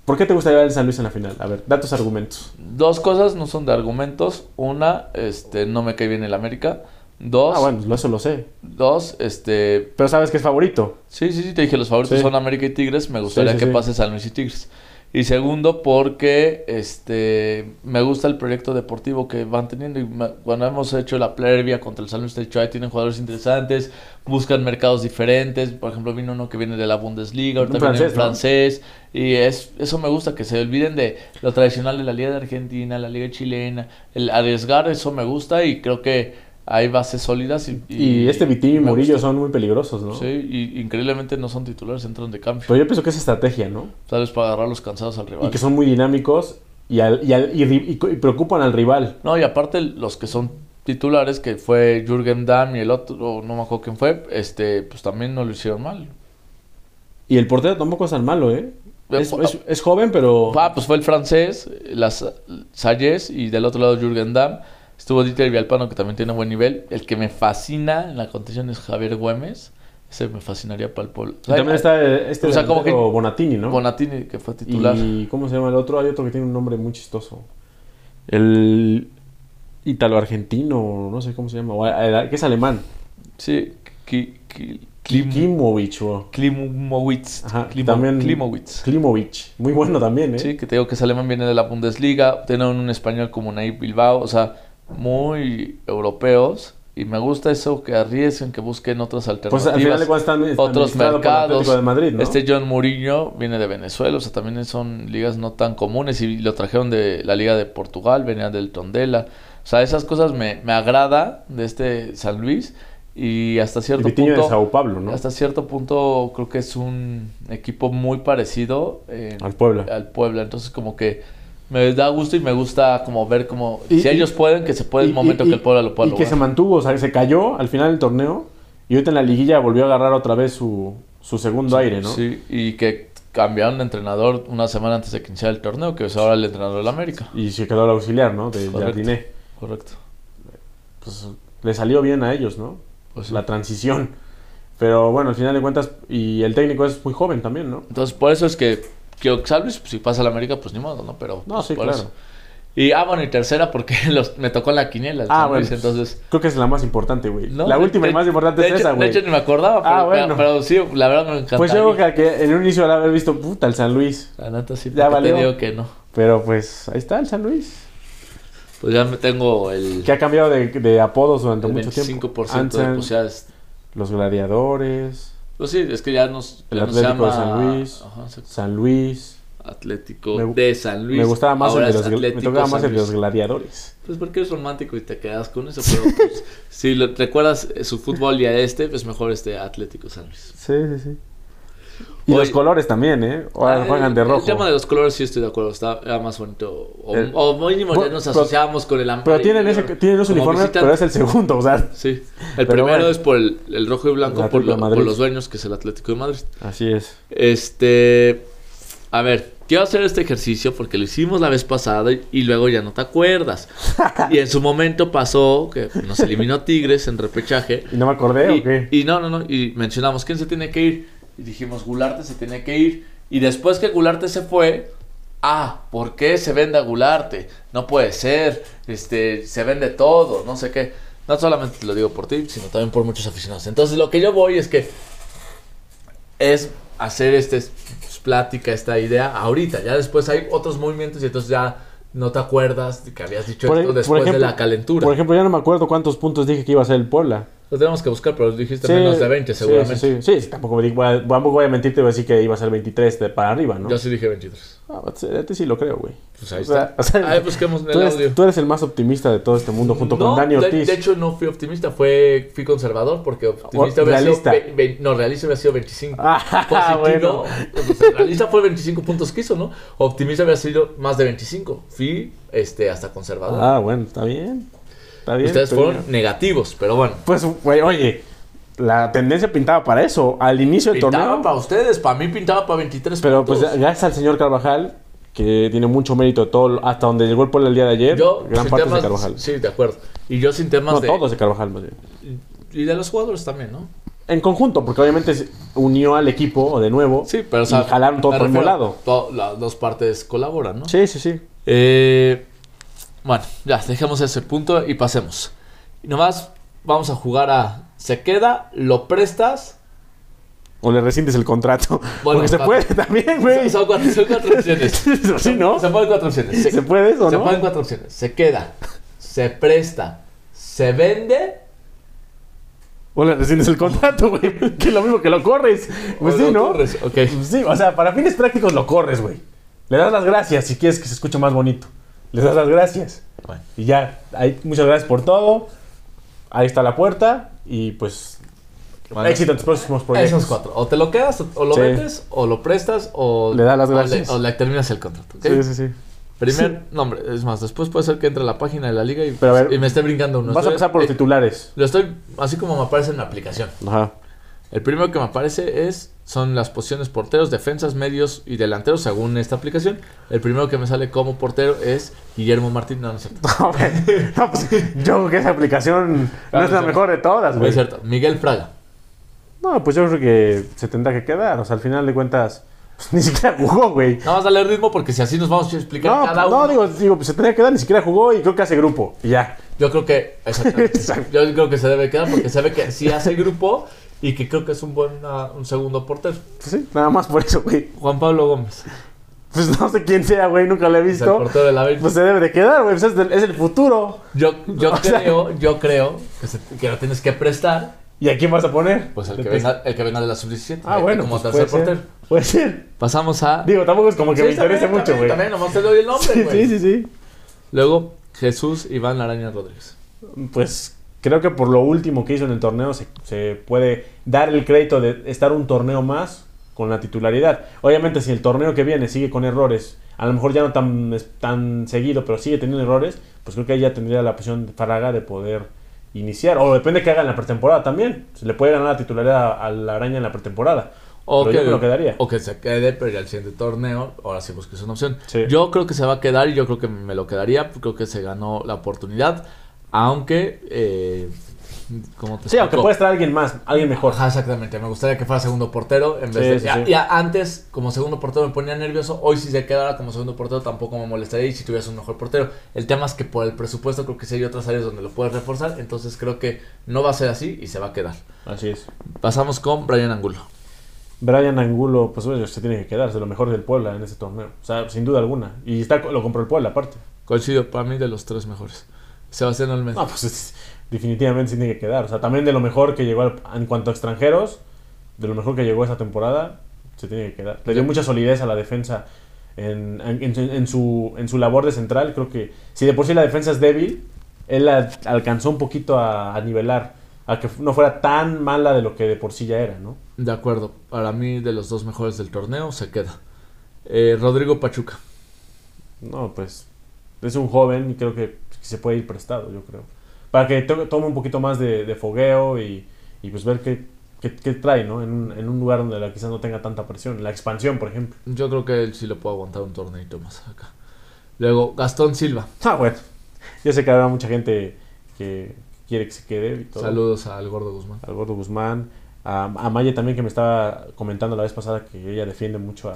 A: ¿Por qué te gusta llevar el San Luis en la final? A ver, da tus argumentos.
B: Dos cosas no son de argumentos. Una, este, no me cae bien el América. Dos...
A: Ah, bueno, eso lo sé.
B: Dos, este...
A: Pero sabes que es favorito.
B: Sí, sí, sí, te dije, los favoritos sí. son América y Tigres. Me gustaría sí, que pase San Luis y Tigres. Y segundo, porque este me gusta el proyecto deportivo que van teniendo. Y me, cuando hemos hecho la previa contra el San Luis de Chua, tienen jugadores interesantes, buscan mercados diferentes. Por ejemplo, vino uno que viene de la Bundesliga, ahorita viene francés, francés. ¿no? Y es, eso me gusta, que se olviden de lo tradicional de la Liga de Argentina, la Liga Chilena. El arriesgar, eso me gusta y creo que hay bases sólidas. Y,
A: y, y este Vitín y Murillo gusta. son muy peligrosos, ¿no?
B: Sí, y increíblemente no son titulares, entran de cambio.
A: Pero yo pienso que es estrategia, ¿no?
B: Tal vez para agarrar los cansados al rival.
A: Y que son muy dinámicos y, al, y, al, y, preocupan al rival.
B: No, y aparte los que son titulares, que fue Jürgen Damm y el otro, no me acuerdo quién fue, este, pues también no lo hicieron mal.
A: Y el portero tampoco es tan malo, ¿eh? Es, es, es joven, pero...
B: Ah, pues fue el francés, las Salles y del otro lado Jürgen Damm. Estuvo Dieter Vialpano, que también tiene buen nivel. El que me fascina en la contención es Javier Gómez. Ese me fascinaría para el pueblo.
A: O sea, también está este o sea, como que Bonatini, ¿no?
B: Bonatini, que fue titular.
A: ¿Y cómo se llama el otro? Hay otro que tiene un nombre muy chistoso. El ítalo-argentino, no sé cómo se llama. O, eh, que es alemán.
B: Sí, ki,
A: ki, Klim... Klimovic. Bro.
B: Klimovic.
A: Ajá, Klimo... también...
B: Klimovic.
A: Klimovic. Muy bueno también, ¿eh?
B: Sí, que te digo que es alemán, viene de la Bundesliga. Tienen un español como Nair Bilbao. O sea, muy europeos y me gusta eso que arriesguen, que busquen otras alternativas. Pues al final de
A: cuentas están, están
B: otros mercados.
A: De Madrid, ¿no?
B: Este John Mourinho viene de Venezuela, o sea, también son ligas no tan comunes y lo trajeron de la Liga de Portugal, venía del Tondela. O sea, esas cosas me, me agrada de este San Luis y hasta cierto
A: El punto de Sao Pablo, ¿no?
B: Hasta cierto punto creo que es un equipo muy parecido eh,
A: en, al Puebla.
B: Al Puebla, entonces como que me da gusto y me gusta como ver como y, si y, ellos pueden que se puede el momento
A: y,
B: que el pueblo lo pueda
A: y que se mantuvo o sea que se cayó al final del torneo y ahorita en la liguilla volvió a agarrar otra vez su, su segundo
B: sí,
A: aire no
B: sí y que cambiaron de entrenador una semana antes de que iniciara el torneo que es ahora el entrenador del América
A: y se quedó el auxiliar no de
B: correcto,
A: Jardiné
B: correcto
A: pues le salió bien a ellos no pues sí. la transición pero bueno al final de cuentas y el técnico es muy joven también no
B: entonces por eso es que que San Luis, si pasa a la América, pues ni modo, ¿no? Pero.
A: No,
B: pues,
A: sí, claro. Eso.
B: Y, ah, bueno, y tercera, porque los, me tocó en la quiniela. El
A: ah,
B: San
A: Luis,
B: bueno, entonces.
A: Creo que es la más importante, güey. No, la de, última y más importante
B: de
A: es
B: hecho,
A: esa, güey.
B: De hecho, ni me acordaba, pero,
A: ah, bueno.
B: pero, pero, sí, la verdad me encantó.
A: Pues yo creo que en un inicio al haber visto, puta, el San Luis.
B: La neta sí, ya valió. te digo que no.
A: Pero pues, ahí está el San Luis.
B: Pues ya me tengo el.
A: Que ha cambiado de, de apodos durante
B: el
A: mucho tiempo. Ah,
B: 25% de posibilidades.
A: Los gladiadores.
B: Pues sí, es que ya nos,
A: el
B: ya
A: Atlético
B: nos llama...
A: de San Luis, Ajá, se... San Luis.
B: Atlético
A: Me-
B: de San Luis.
A: Me gustaba más, el
B: Ahora
A: de,
B: es
A: los, me
B: Atlético
A: tocaba
B: San
A: más el de
B: Luis.
A: los gladiadores.
B: Pues porque es romántico y te quedas con eso, pero pues, si lo- recuerdas eh, su fútbol y a este, pues mejor este Atlético San Luis.
A: Sí, sí, sí. Y
B: Oye,
A: los colores también, ¿eh? Ahora
B: Eh,
A: juegan de rojo.
B: El tema de los colores sí estoy de acuerdo, está era más bonito. O,
A: Eh,
B: o mínimo ya
A: bueno,
B: nos
A: pero-
B: asociamos con el amarillo.
A: Pero tienen, ese, tienen los
B: Como
A: uniformes,
B: visitan-
A: pero es el segundo, o sea.
B: Sí, el
A: Pero
B: primero
A: bueno.
B: es por el, el rojo y blanco
A: El
B: por,
A: Atlético
B: lo-
A: de
B: por
A: Madrid.
B: los dueños, que es el Atlético de Madrid.
A: Así es.
B: Este. A ver, quiero hacer este ejercicio porque lo hicimos la vez pasada y, y luego ya no te acuerdas. Y en su momento pasó que nos eliminó Tigres en repechaje.
A: ¿Y no me acordé
B: y,
A: o qué?
B: y no, no, no. Y mencionamos quién se tiene que ir. Y dijimos, Gularte se tiene que ir. Y después que Gularte se fue, ah, ¿por qué se vende a Gularte? No puede ser. Este, se vende todo, no sé qué. No solamente te lo digo por ti, sino también por muchos aficionados. Entonces, lo que yo voy es que es hacer este pues, plática, esta idea ahorita. Ya después hay otros movimientos y entonces ya no te acuerdas de que habías dicho
A: Por ej-
B: esto
A: por
B: después de
A: ejemplo-
B: la calentura.
A: Por ejemplo, ya no me acuerdo cuántos puntos dije que iba a ser el Puebla.
B: Lo tenemos que buscar, pero dijiste
A: Sí,
B: menos de 20
A: sí, Sí,
B: seguramente.
A: sí, sí, tampoco, voy a, tampoco voy a mentirte y voy a decir que iba a ser 23 de para arriba, ¿no?
B: Yo sí dije 23.
A: Ah, but a ti sí lo creo, güey.
B: Pues ahí
A: O sea,
B: está.
A: o sea,
B: ahí busquemos en el
A: Tú
B: audio.
A: eres, tú eres el más optimista de todo este mundo junto
B: No,
A: con Dani
B: de-
A: Ortiz.
B: De, hecho, no fui optimista, fue, fui conservador porque optimista hubiera
A: realista.
B: sido. ve- ve- no, realista hubiera sido 25.
A: Ah,
B: Positivo,
A: bueno.
B: pues, realista fue 25 puntos que hizo, ¿no? Optimista hubiera sido más de 25. Fui este, hasta conservador.
A: Ah, bueno, está bien. Está bien. pues
B: Ustedes
A: está
B: fueron
A: bien.
B: negativos, pero bueno.
A: Pues, güey, oye, la tendencia pintaba para eso, al inicio del
B: Pintaba
A: ¿Este torneo.
B: para ustedes, para mí pintaba para 23
A: Pero pues
B: puntos.
A: gracias al señor Carvajal, que tiene mucho mérito de todo, lo- hasta donde llegó el pueblo el día de ayer,
B: yo,
A: gran
B: sin
A: parte
B: temas-
A: es de Carvajal.
B: Sí, de acuerdo. Y yo sin temas
A: no,
B: de.
A: todos de Carvajal, más bien.
B: Y de los jugadores también, ¿no?
A: En conjunto, porque obviamente se unió al equipo de nuevo
B: Sí, pero o
A: y
B: sea,
A: jalaron todo
B: me
A: por un
B: refiero,
A: lado.
B: to- las dos partes colaboran, ¿no?
A: Sí, sí, sí.
B: Eh, bueno, ya, dejemos ese punto y pasemos. Y nomás vamos a jugar a. Se queda, lo prestas.
A: O le rescindes el contrato.
B: Bueno,
A: porque se
B: está-
A: puede también, güey.
B: Son, son cuatro, son cuatro opciones.
A: Sí, ¿no?
B: Se ponen cuatro opciones.
A: ¿Se puede eso,
B: Se
A: no?
B: ponen cuatro opciones. Se queda, se presta, se vende.
A: O le rescindes el contrato, güey. Que es lo mismo que lo corres. Pues
B: o
A: sí,
B: lo
A: ¿no?
B: corres. Ok.
A: Pues sí, o sea, para fines prácticos lo corres, güey. Le das las gracias si quieres que se escuche más bonito. Le das las gracias.
B: Bueno.
A: Y ya, ahí, muchas gracias por todo. Ahí está la puerta. Y pues,
B: Bueno.
A: éxito en tus próximos proyectos.
B: Esos cuatro. O te lo quedas, o- o lo
A: Sí.
B: vendes, o lo prestas, o
A: Le das las
B: o le-
A: gracias.
B: O le, terminas el contrato. ¿ok?
A: Sí, sí, sí.
B: Primer nombre, es más, después puede ser que entre a la página de la liga y,
A: Pero a ver,
B: y me esté brincando uno.
A: Vas a
B: Estoy-
A: empezar por los
B: eh,
A: titulares.
B: Lo estoy, así como me aparece en la aplicación.
A: Ajá.
B: El primero que me aparece es, son las posiciones porteros, defensas, medios y delanteros, según esta aplicación. El primero que me sale como portero es Guillermo Martín, no, no es cierto.
A: No, güey. No, pues, yo creo que esa aplicación no es la mejor de todas,
B: No
A: güey.
B: es cierto, Miguel Fraga.
A: No, pues yo creo que se tendrá que quedar. O sea, al final de cuentas, pues, ni siquiera jugó, güey.
B: Nada más dale ritmo porque si así nos vamos a explicar
A: No,
B: cada uno.
A: no digo, digo, pues se tendría que quedar, ni siquiera jugó y creo que hace grupo. Y ya.
B: Yo creo que, exactamente.
A: Exacto.
B: yo creo que se debe quedar porque se ve que sí hace grupo y que creo que es un buen ah, un segundo portero.
A: Pues sí, nada más por eso, güey.
B: Juan Pablo Gómez,
A: Pues no sé quién sea, güey, nunca lo he
B: es el
A: visto.
B: portero de la Virtus.
A: Pues se debe de quedar, güey. Pues es, del- es el futuro.
B: Yo, yo
A: O sea-
B: creo, yo creo que, se- que lo tienes que prestar,
A: ¿Y a quién vas a poner?
B: pues el
A: De
B: que
A: pes-
B: venga, el que venga de la sub-17.
A: Ah,
B: eh,
A: bueno.
B: Como
A: pues,
B: tercer
A: puede
B: portero.
A: ser. Puede ser.
B: Pasamos a.
A: Digo, tampoco es como que
B: Sí,
A: me
B: está bien,
A: interese
B: está
A: mucho,
B: bien,
A: güey.
B: También, nomás te doy el nombre,
A: Sí,
B: güey.
A: sí, sí, sí.
B: Luego, Jesús Iván Araña Rodríguez.
A: pues creo que por lo último que hizo en el torneo se, se puede dar el crédito de estar un torneo más con la titularidad. Obviamente si el torneo que viene sigue con errores, a lo mejor ya no tan, es- tan seguido, pero sigue teniendo errores, pues creo que ahí ya tendría la opción de Faraga de poder iniciar. O depende que haga en la pretemporada también. Se le puede ganar la titularidad a, a la araña en la pretemporada. pero yo me lo quedaría.
B: o que se quede, pero ya el siguiente torneo, ahora sí busques una opción.
A: Sí.
B: Yo creo que se va a quedar y yo creo que me lo quedaría. Creo que se ganó la oportunidad. Aunque, eh, ¿cómo te
A: Sí, aunque
B: explico?
A: puedes traer a alguien más, alguien mejor.
B: Ajá, ah, exactamente. Me gustaría que fuera segundo portero en vez
A: Sí,
B: de.
A: sí,
B: ya-
A: sí.
B: ya antes, como segundo portero, me ponía nervioso. Hoy, si se quedara como segundo portero, tampoco me molestaría. Y si tuvieras un mejor portero, el tema es que por el presupuesto, creo que sí hay otras áreas donde lo puedes reforzar. Entonces, creo que no va a ser así y se va a quedar.
A: Así es.
B: Pasamos con Brian Angulo.
A: Brian Angulo, pues bueno, se tiene que quedar, es de lo mejor del Puebla en ese torneo. O sea, sin duda alguna. Y está, lo compró el Puebla, aparte.
B: Coincido, para mí, de los tres mejores. Sebastián Olmedo.
A: No, pues es- definitivamente se tiene que quedar. O sea, también de lo mejor que llegó al- en cuanto a extranjeros, de lo mejor que llegó esa temporada, se tiene que quedar. Le dio mucha solidez a la defensa en, en- en su- en su, en su labor de central. Creo que si de por sí la defensa es débil, él la alcanzó un poquito a, a nivelar, a que no fuera tan mala de lo que de por sí ya era, ¿no?
B: De acuerdo. Para mí, de los dos mejores del torneo, se queda. Eh, Rodrigo Pachuca.
A: No, pues es un joven y creo que se puede ir prestado, yo creo. Para que to- tome un poquito más de, de fogueo y, y, pues ver qué, que, que trae, ¿no? En un, en un lugar donde la- quizás no tenga tanta presión. La expansión, por ejemplo.
B: Yo creo que él sí le puede aguantar un torneito más acá. Luego, Gastón Silva.
A: Ah, bueno. Yo sé que habrá mucha gente que quiere que se quede. y todo.
B: Saludos al gordo Guzmán.
A: Al Gordo Guzmán. A, a Maya también, que me estaba comentando la vez pasada que ella defiende mucho a,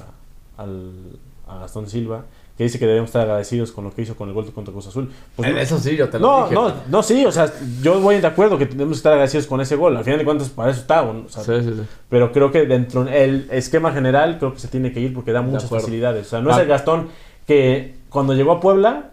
A: al- a Gastón Silva. Que dice que debemos estar agradecidos con lo que hizo con el gol contra Cruz Azul. Pues,
B: En Eh, eso sí, yo te lo
A: no,
B: dije.
A: no, no, sí, o sea, yo voy de acuerdo que tenemos que estar agradecidos con ese gol. Al final de cuentas, para eso está. o sea,
B: Sí, sí, sí.
A: Pero creo que dentro del esquema general, creo que se tiene que ir porque da muchas
B: acuerdo.
A: facilidades. O sea, no es
B: Ah.
A: el Gastón que cuando llegó a Puebla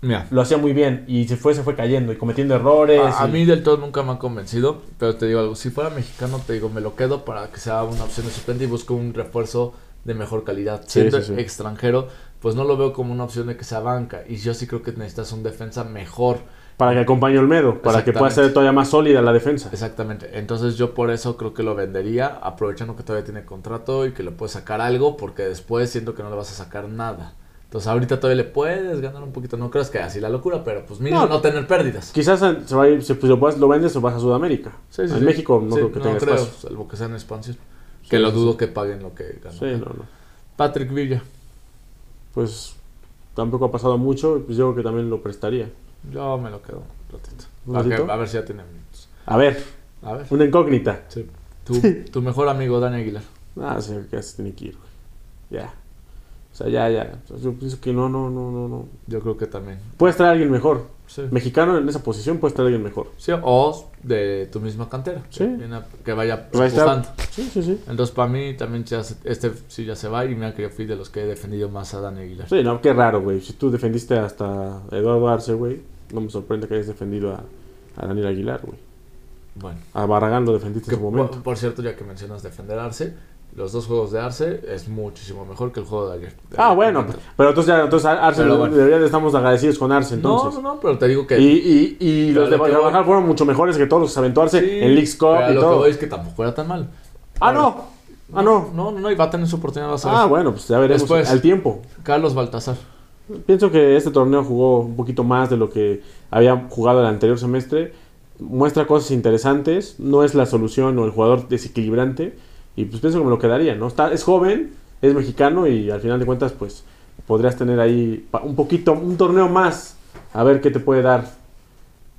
B: Mira,
A: lo hacía muy bien y se fue, se fue cayendo y cometiendo errores.
B: a, a
A: y-
B: mí del todo nunca me ha convencido, pero te digo algo. Si fuera mexicano, te digo, me lo quedo para que sea una opción de suplente y busco un refuerzo de mejor calidad.
A: Sí,
B: Siendo
A: sí, sí.
B: extranjero, pues no lo veo como una opción de que sea banca. Y yo sí creo que necesitas un defensa mejor.
A: Para que acompañe a Olmedo, para que pueda
B: Exactamente.
A: ser todavía más sólida la defensa.
B: Exactamente. Entonces yo por eso creo que lo vendería, aprovechando que todavía tiene contrato y que le puedes sacar algo, porque después siento que no le vas a sacar nada. Entonces ahorita todavía le puedes ganar un poquito. No creas que así la locura, pero pues mínimo
A: No.
B: no, tener pérdidas.
A: Quizás en- se va a ir- si pues, lo, vas- lo vendes o vas a Sudamérica.
B: Sí, sí,
A: en
B: sí.
A: México no
B: Sí,
A: creo que tenga espacio.
B: salvo que sean expansión.
A: Sí,
B: que lo
A: sí,
B: dudo que paguen lo que ganó.
A: Sí, no, no.
B: Patrick Villa.
A: Pues tampoco ha pasado mucho, pues yo creo que también lo prestaría.
B: Yo me lo quedo un ratito.
A: ¿Un
B: Pa' que-
A: ratito?
B: a ver si ya tiene minutos.
A: A ver,
B: A ver.
A: una incógnita.
B: Sí. Tu, tu mejor amigo, Dani Aguilar.
A: Ah, sí, ya se tiene que ir, güey. Ya. O sea, ya, ya. O sea, yo pienso que no, no, no, no, no.
B: Yo creo que también.
A: Puedes traer a alguien mejor.
B: Sí.
A: Mexicano en esa posición puedes traer a alguien mejor.
B: Sí, o de tu misma cantera.
A: Sí.
B: Que, viene a- que vaya
A: Pues ahí está.
B: pujando.
A: Sí, sí, sí.
B: Entonces, para mí, también ya se- este sí ya se va. Y mira que yo fui de los que he defendido más a Dani Aguilar.
A: Sí, no, qué raro, güey. Si tú defendiste hasta Eduardo Arce, güey, no me sorprende que hayas defendido a, a Daniel Aguilar, güey.
B: Bueno,
A: A Barragán lo defendiste
B: que
A: en su
B: por-
A: momento.
B: Por, cierto, ya que mencionas defender a Arce, los dos juegos de Arce es muchísimo mejor que el juego de ayer. Eh,
A: Ah, bueno, pues, pero entonces, ya, entonces Arce,
B: Pero bueno.
A: debería de estamos agradecidos con Arce,
B: No,
A: pues, entonces.
B: no, no, pero te digo que.
A: Y, y, y
B: Pero
A: los de
B: lo que voy-
A: Barragán fueron mucho mejores que todos los que se aventó Arce
B: Sí,
A: en Leagues Cup
B: pero a
A: y
B: lo que
A: todo.
B: voy es que tampoco era tan mal.
A: Ah, no. Ah, no.
B: No, no, no, y va a tener su oportunidad, vas a ver.
A: Ah, bueno, pues ya veremos
B: Después.
A: al tiempo.
B: Carlos Baltasar.
A: Pienso que este torneo jugó un poquito más de lo que había jugado el anterior semestre. Muestra cosas interesantes. No es la solución o el jugador desequilibrante. Y pues pienso que me lo quedaría, ¿no? Está, es joven, es mexicano y al final de cuentas, pues podrías tener ahí pa- un poquito, un torneo más. A ver qué te puede dar.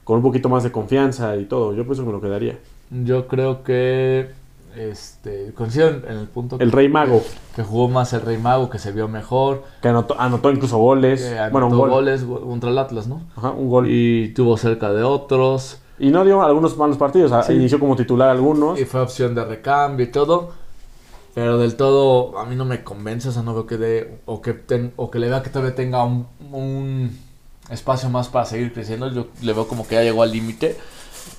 A: Con un poquito más de confianza y todo. Yo pienso que me lo quedaría.
B: Yo creo que. Este, coincido en, en el punto
A: El Rey Mago,
B: que jugó más el Rey Mago, que se vio mejor.
A: que anotó, anotó incluso goles.
B: Eh, anotó
A: Pues, bueno, un gol.
B: goles go- contra el Atlas, ¿no?
A: Ajá, un gol. Y,
B: Y tuvo cerca de otros.
A: no dio algunos malos partidos. a-
B: Sí.
A: Inició como titular algunos.
B: Y fue opción de recambio y todo. Pero del todo a mí no me convence, o sea, no veo que dé, o que, ten- o que le vea que todavía tenga un, un espacio más para seguir creciendo. Yo le veo como que ya llegó al límite.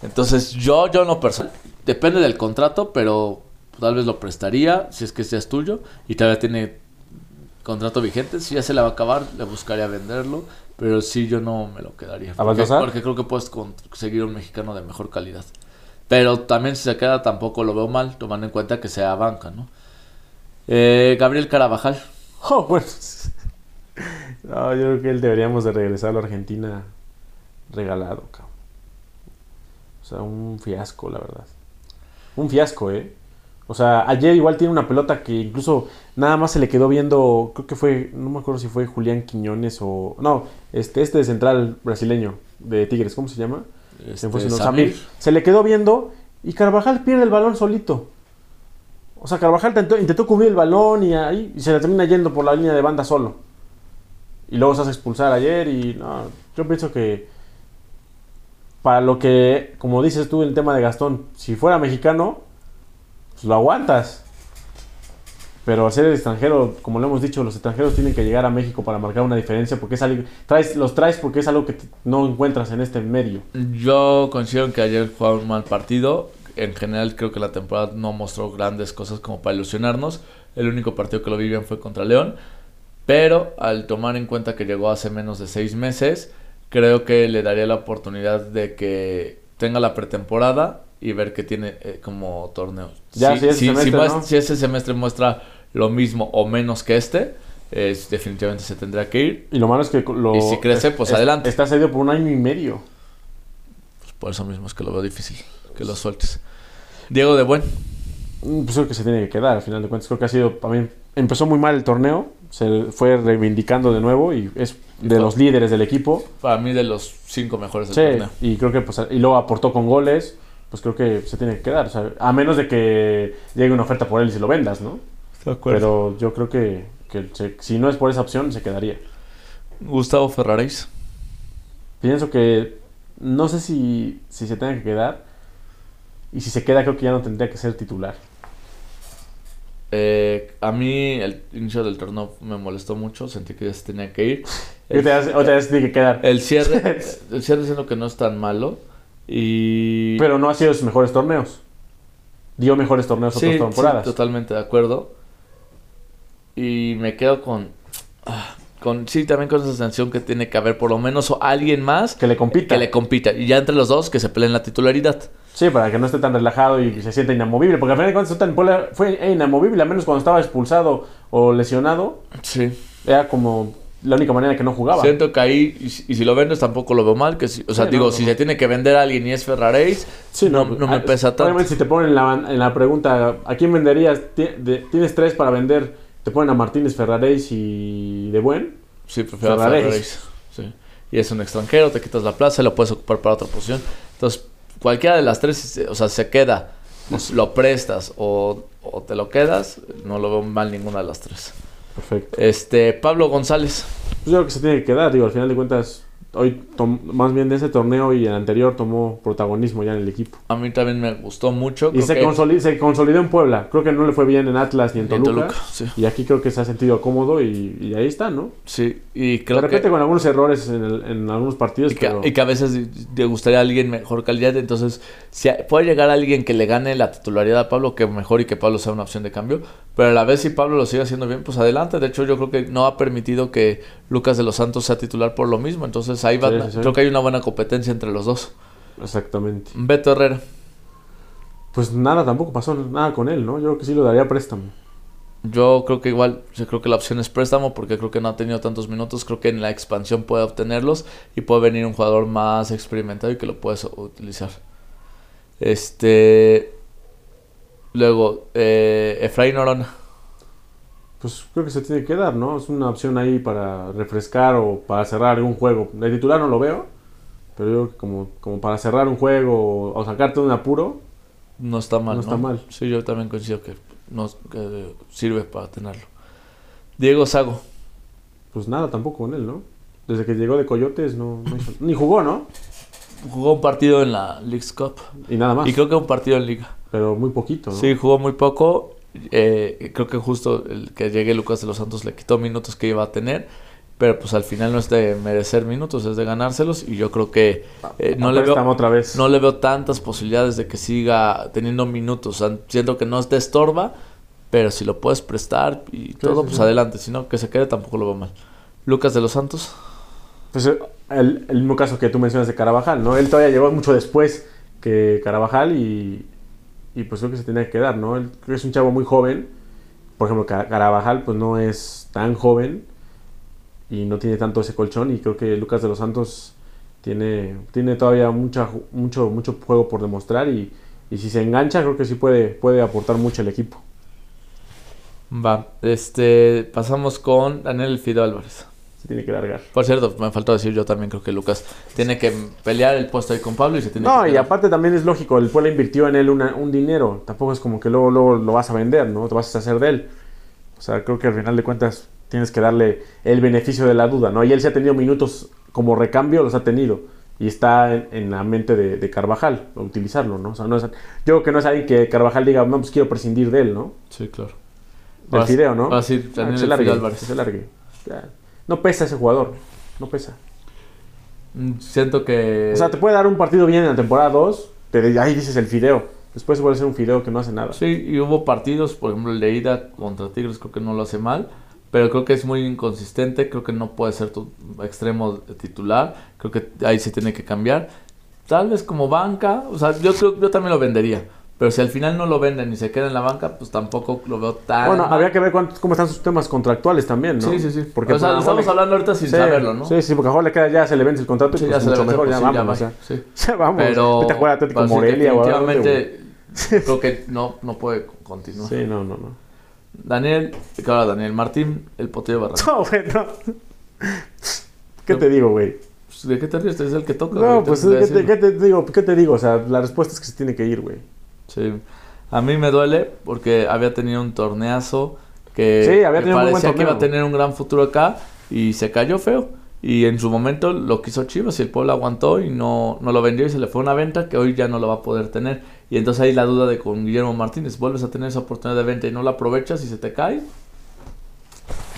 B: Entonces yo, yo no personal, depende del contrato, pero tal vez lo prestaría, si es que este es tuyo, y todavía tiene contrato vigente, si ya se le va a acabar, le buscaría venderlo, pero sí yo no me lo quedaría. Porque,
A: Baltasar?
B: porque creo que puedes conseguir un mexicano de mejor calidad. Pero también si se queda tampoco lo veo mal, tomando en cuenta que sea banca, ¿no? Eh, Gabriel Carabajal.
A: Oh, bueno. No, yo creo que él deberíamos de regresar a la Argentina regalado, cabrón. O sea, un fiasco, la verdad. Un fiasco, ¿eh? O sea, ayer igual tiene una pelota que incluso nada más se le quedó viendo, creo que fue, no me acuerdo si fue Julián Quiñones o... No, este, este de central brasileño de Tigres, ¿cómo se llama? Se, me fue su
B: este,
A: nombre, Samir. Se le quedó viendo y Carvajal pierde el balón solito. O sea, Carvajal tentó- intentó cubrir el balón y ahí y se le termina yendo por la línea de banda solo. Y luego se hace expulsar ayer y no, yo pienso que para lo que, como dices tú en el tema de Gastón, si fuera mexicano, pues lo aguantas. Pero al ser el extranjero, como lo hemos dicho, los extranjeros tienen que llegar a México para marcar una diferencia porque es algo, traes, los traes porque es algo que t- no encuentras en este medio.
B: Yo considero que ayer jugaba un mal partido. En general creo que la temporada no mostró grandes cosas como para ilusionarnos. El único partido que lo vi bien fue contra León. Pero al tomar en cuenta que llegó hace menos de seis meses, creo que le daría la oportunidad de que tenga la pretemporada y ver qué tiene eh, como torneo.
A: Ya, si ese semestre,
B: muest-
A: ¿no?
B: si ese semestre muestra lo mismo o menos que este, es, definitivamente se tendrá que ir.
A: Y lo malo es que lo.
B: Y si crece, pues, adelante.
A: Está cedido por un año y medio.
B: Pues, Por eso mismo es que lo veo difícil, que lo sueltes. Diego de Buen.
A: mm, pues creo que se tiene que quedar, al final de cuentas. Creo que ha sido también. Empezó muy mal el torneo, se fue reivindicando de nuevo y es de
B: fue-
A: los líderes del equipo.
B: Para mí, de los cinco mejores del
A: Sí,
B: torneo.
A: y creo que pues, y luego aportó con goles, pues creo que se tiene que quedar. o sea, a menos de que llegue una oferta por él y se lo vendas, ¿no?
C: De acuerdo.
A: Pero yo creo que, que se- si no es por esa opción, se quedaría.
C: Gustavo Ferraris.
A: Pienso que no sé si, si se tenga que quedar. Y si se queda, creo que ya no tendría que ser titular.
B: Eh, a mí, el inicio del torneo me molestó mucho. Sentí que ya se tenía que ir.
A: Yo te vez, otra vez tiene que quedar.
B: El cierre, el cierre siendo que no es tan malo. Y.
A: Pero no ha sido sus mejores torneos. Dio mejores torneos
B: sí,
A: otras
B: sí,
A: temporadas.
B: totalmente de acuerdo. Y me quedo con. ah, con Sí, también con esa sensación que tiene que haber por lo menos o alguien más
A: que le compita.
B: que le compita. Y ya entre los dos que se peleen la titularidad.
A: Sí, para que no esté tan relajado y se sienta inamovible. Porque al final de cuentas, Sotan Pola fue inamovible, a menos cuando estaba expulsado o lesionado.
B: Sí.
A: Era como la única manera que no jugaba.
B: Siento que ahí, y, si- y si lo vendes tampoco lo veo mal. Que si- o sea,
A: Ah, Sí,
B: digo,
A: no, no,
B: si
A: no.
B: se tiene que vender a alguien y es Ferraréis,
A: Sí,
B: no,
A: pues,
B: no me
A: ah,
B: pesa tanto.
A: Obviamente, si te ponen en la, en la pregunta, ¿a quién venderías? Ti- de- ¿Tienes tres para vender? Te ponen a Martínez, Ferraréis y De Buen.
B: Sí, prefiero a
A: Ferraréis.
B: Ferraréis. Sí. Y es un extranjero, te quitas la plaza y lo puedes ocupar para otra posición. Entonces, cualquiera de las tres, si se- o sea, se queda, pues, lo prestas o, o te lo quedas, no lo veo mal ninguna de las tres.
A: Perfecto.
B: Este, Pablo González.
A: Pues yo creo que se tiene que quedar, digo, al final de cuentas, hoy, tom- más bien de ese torneo y el anterior, tomó protagonismo ya en el equipo.
B: A mí también me gustó mucho.
A: Y
B: creo
A: se,
B: que-
A: consoli- se consolidó en Puebla. Creo que no le fue bien en Atlas ni en
B: y en
A: Toluca.
B: Toluca, sí.
A: Y aquí creo que se ha sentido cómodo y, y ahí está, ¿no?
B: Sí, y
A: De
B: creo
A: repente
B: que...
A: con algunos errores en, el- en algunos partidos,
B: Y que,
A: pero
B: y que a veces te gustaría a alguien mejor calidad. Entonces, si hay- puede llegar alguien que le gane la titularidad a Pablo, que mejor y que Pablo sea una opción de cambio. Pero a la vez, si Pablo lo sigue haciendo bien, pues adelante. De hecho, yo creo que no ha permitido que Lucas de los Santos sea titular por lo mismo. Entonces, ahí va.
A: Sí, sí, sí.
B: Creo que hay una buena competencia entre los dos.
A: exactamente.
B: Beto Herrera.
A: Pues nada, tampoco pasó nada con él, ¿no? Yo creo que sí lo daría préstamo.
B: Yo creo que igual, yo creo que la opción es préstamo porque creo que no ha tenido tantos minutos. Creo que en la expansión puede obtenerlos y puede venir un jugador más experimentado y que lo puedes utilizar. Este. Luego, eh, Efraín Orona.
A: Pues creo que se tiene que dar, ¿no? Es una opción ahí para refrescar o para cerrar algún juego. De titular no lo veo, pero yo creo que como, como para cerrar un juego o, o sacarte de un apuro,
B: No está mal.
A: No está mal.
B: Sí, yo también coincido que, nos, que sirve para tenerlo. Diego Sago.
A: pues nada tampoco con él, ¿no? Desde que llegó de Coyotes no, no hizo- ni jugó, ¿no?
B: Jugó un partido en la League's Cup
A: Y nada más.
B: y creo que un partido en Liga.
A: Pero muy poquito, ¿no?
B: Sí, jugó muy poco. Eh, creo que justo el que llegue Lucas de los Santos le quitó minutos que iba a tener. Pero pues al final no es de merecer minutos, es de ganárselos. Y yo creo que eh, no,
A: A
B: le
A: préstamo
B: veo,
A: otra vez.
B: no le veo tantas posibilidades de que siga teniendo minutos. O sea, siento que no te estorba, pero si lo puedes prestar y todo,
A: sí,
B: pues
A: sí.
B: adelante. Si no, que se quede tampoco lo veo mal. Lucas de los Santos.
A: Pues eh, el, el mismo caso que tú mencionas de Carabajal, ¿no? Él todavía llegó mucho después que Carabajal y, y pues creo que se tenía que quedar, ¿no? Él creo que es un chavo muy joven. Por ejemplo, Ca- Carabajal pues no es tan joven y no tiene tanto ese colchón y creo que Lucas de los Santos tiene, tiene todavía mucha, ju- mucho, mucho juego por demostrar y, y si se engancha creo que sí puede, puede aportar mucho el equipo.
B: Va. Este, pasamos con Daniel Fido Álvarez.
A: Se tiene que largar.
B: Por cierto, me faltó decir, yo también creo que Lucas tiene que pelear el puesto ahí con Pablo y se tiene
A: No,
B: que
A: y
B: quedar.
A: aparte también es lógico, el Puebla invirtió en él una- un dinero, tampoco es como que luego, luego lo vas a vender, ¿no? Te vas a hacer de él. O sea, creo que al final de cuentas tienes que darle el beneficio de la duda, ¿no? Y él sí ha tenido minutos como recambio, los ha tenido. Y está en, en la mente de, de Carvajal, utilizarlo, ¿no? O sea, no es, yo creo que no es alguien que Carvajal diga, no, pues quiero prescindir de él, ¿no?
B: Sí, claro.
A: Del
B: Ahora sí-
A: fideo, ¿no?
B: ahora sí,
A: Ah, que
B: Daniel
A: se
B: el
A: largue,
B: Fideo Álvarez.
A: que se largue. Ya. No pesa ese jugador, no pesa.
B: Mm, Siento que.
A: O sea, te puede dar un partido bien en la temporada 2, pero ahí dices el fideo. Después vuelve a ser un fideo que no hace nada.
B: Sí, y hubo partidos, por ejemplo, el de ida contra Tigres, creo que no lo hace mal. Pero creo que es muy inconsistente. Creo que no puede ser tu extremo titular. Creo que ahí se tiene que cambiar. Tal vez como banca. O sea, yo creo yo también lo vendería. Pero si al final no lo venden y se queda en la banca, pues tampoco lo veo tan.
A: Bueno,
B: mal.
A: habría que ver cuántos- cómo están sus temas contractuales también, ¿no?
B: Sí, sí, sí.
A: Porque
B: o sea,
A: pues, a lo
B: estamos
A: mejor le-
B: hablando ahorita sin
A: Sí,
B: saberlo, ¿no?
A: Sí, sí, porque a lo mejor le queda ya, se le vence el contrato y
B: Sí,
A: pues,
B: ya se
A: mucho
B: le venció,
A: mejor, ya
B: pues sí,
A: vamos,
B: ya
A: o
B: va,
A: sea.
B: sí.
A: ya vamos.
B: Pero.
A: Vete a jugar a Atlético
B: pues sí,
A: Morelia o algo,
B: definitivamente Creo que no, no puede continuar.
A: Sí, no, no, no.
B: Daniel, claro, Daniel Martín, el poteo de Barranca.
A: No, güey, no. ¿Qué te digo, güey?
B: Pues, ¿De qué te ríes? Es el que toca.
A: No,
B: ahorita
A: pues,
B: te voy a
A: ¿qué te,
B: decir.
A: qué te digo? ¿Qué te digo? O sea, la respuesta es que se tiene que ir, güey.
B: Sí. A mí me duele porque había tenido un torneazo que
A: Sí, había
B: me
A: tenido un buen
B: parecía que iba a
A: torneo.
B: tener un gran futuro acá y se cayó feo. Y en su momento lo quiso Chivas y el pueblo aguantó y no, no lo vendió y se le fue una venta que hoy ya no lo va a poder tener. Y entonces ahí la duda de con Guillermo Martínez, vuelves a tener esa oportunidad de venta y no la aprovechas y se te cae.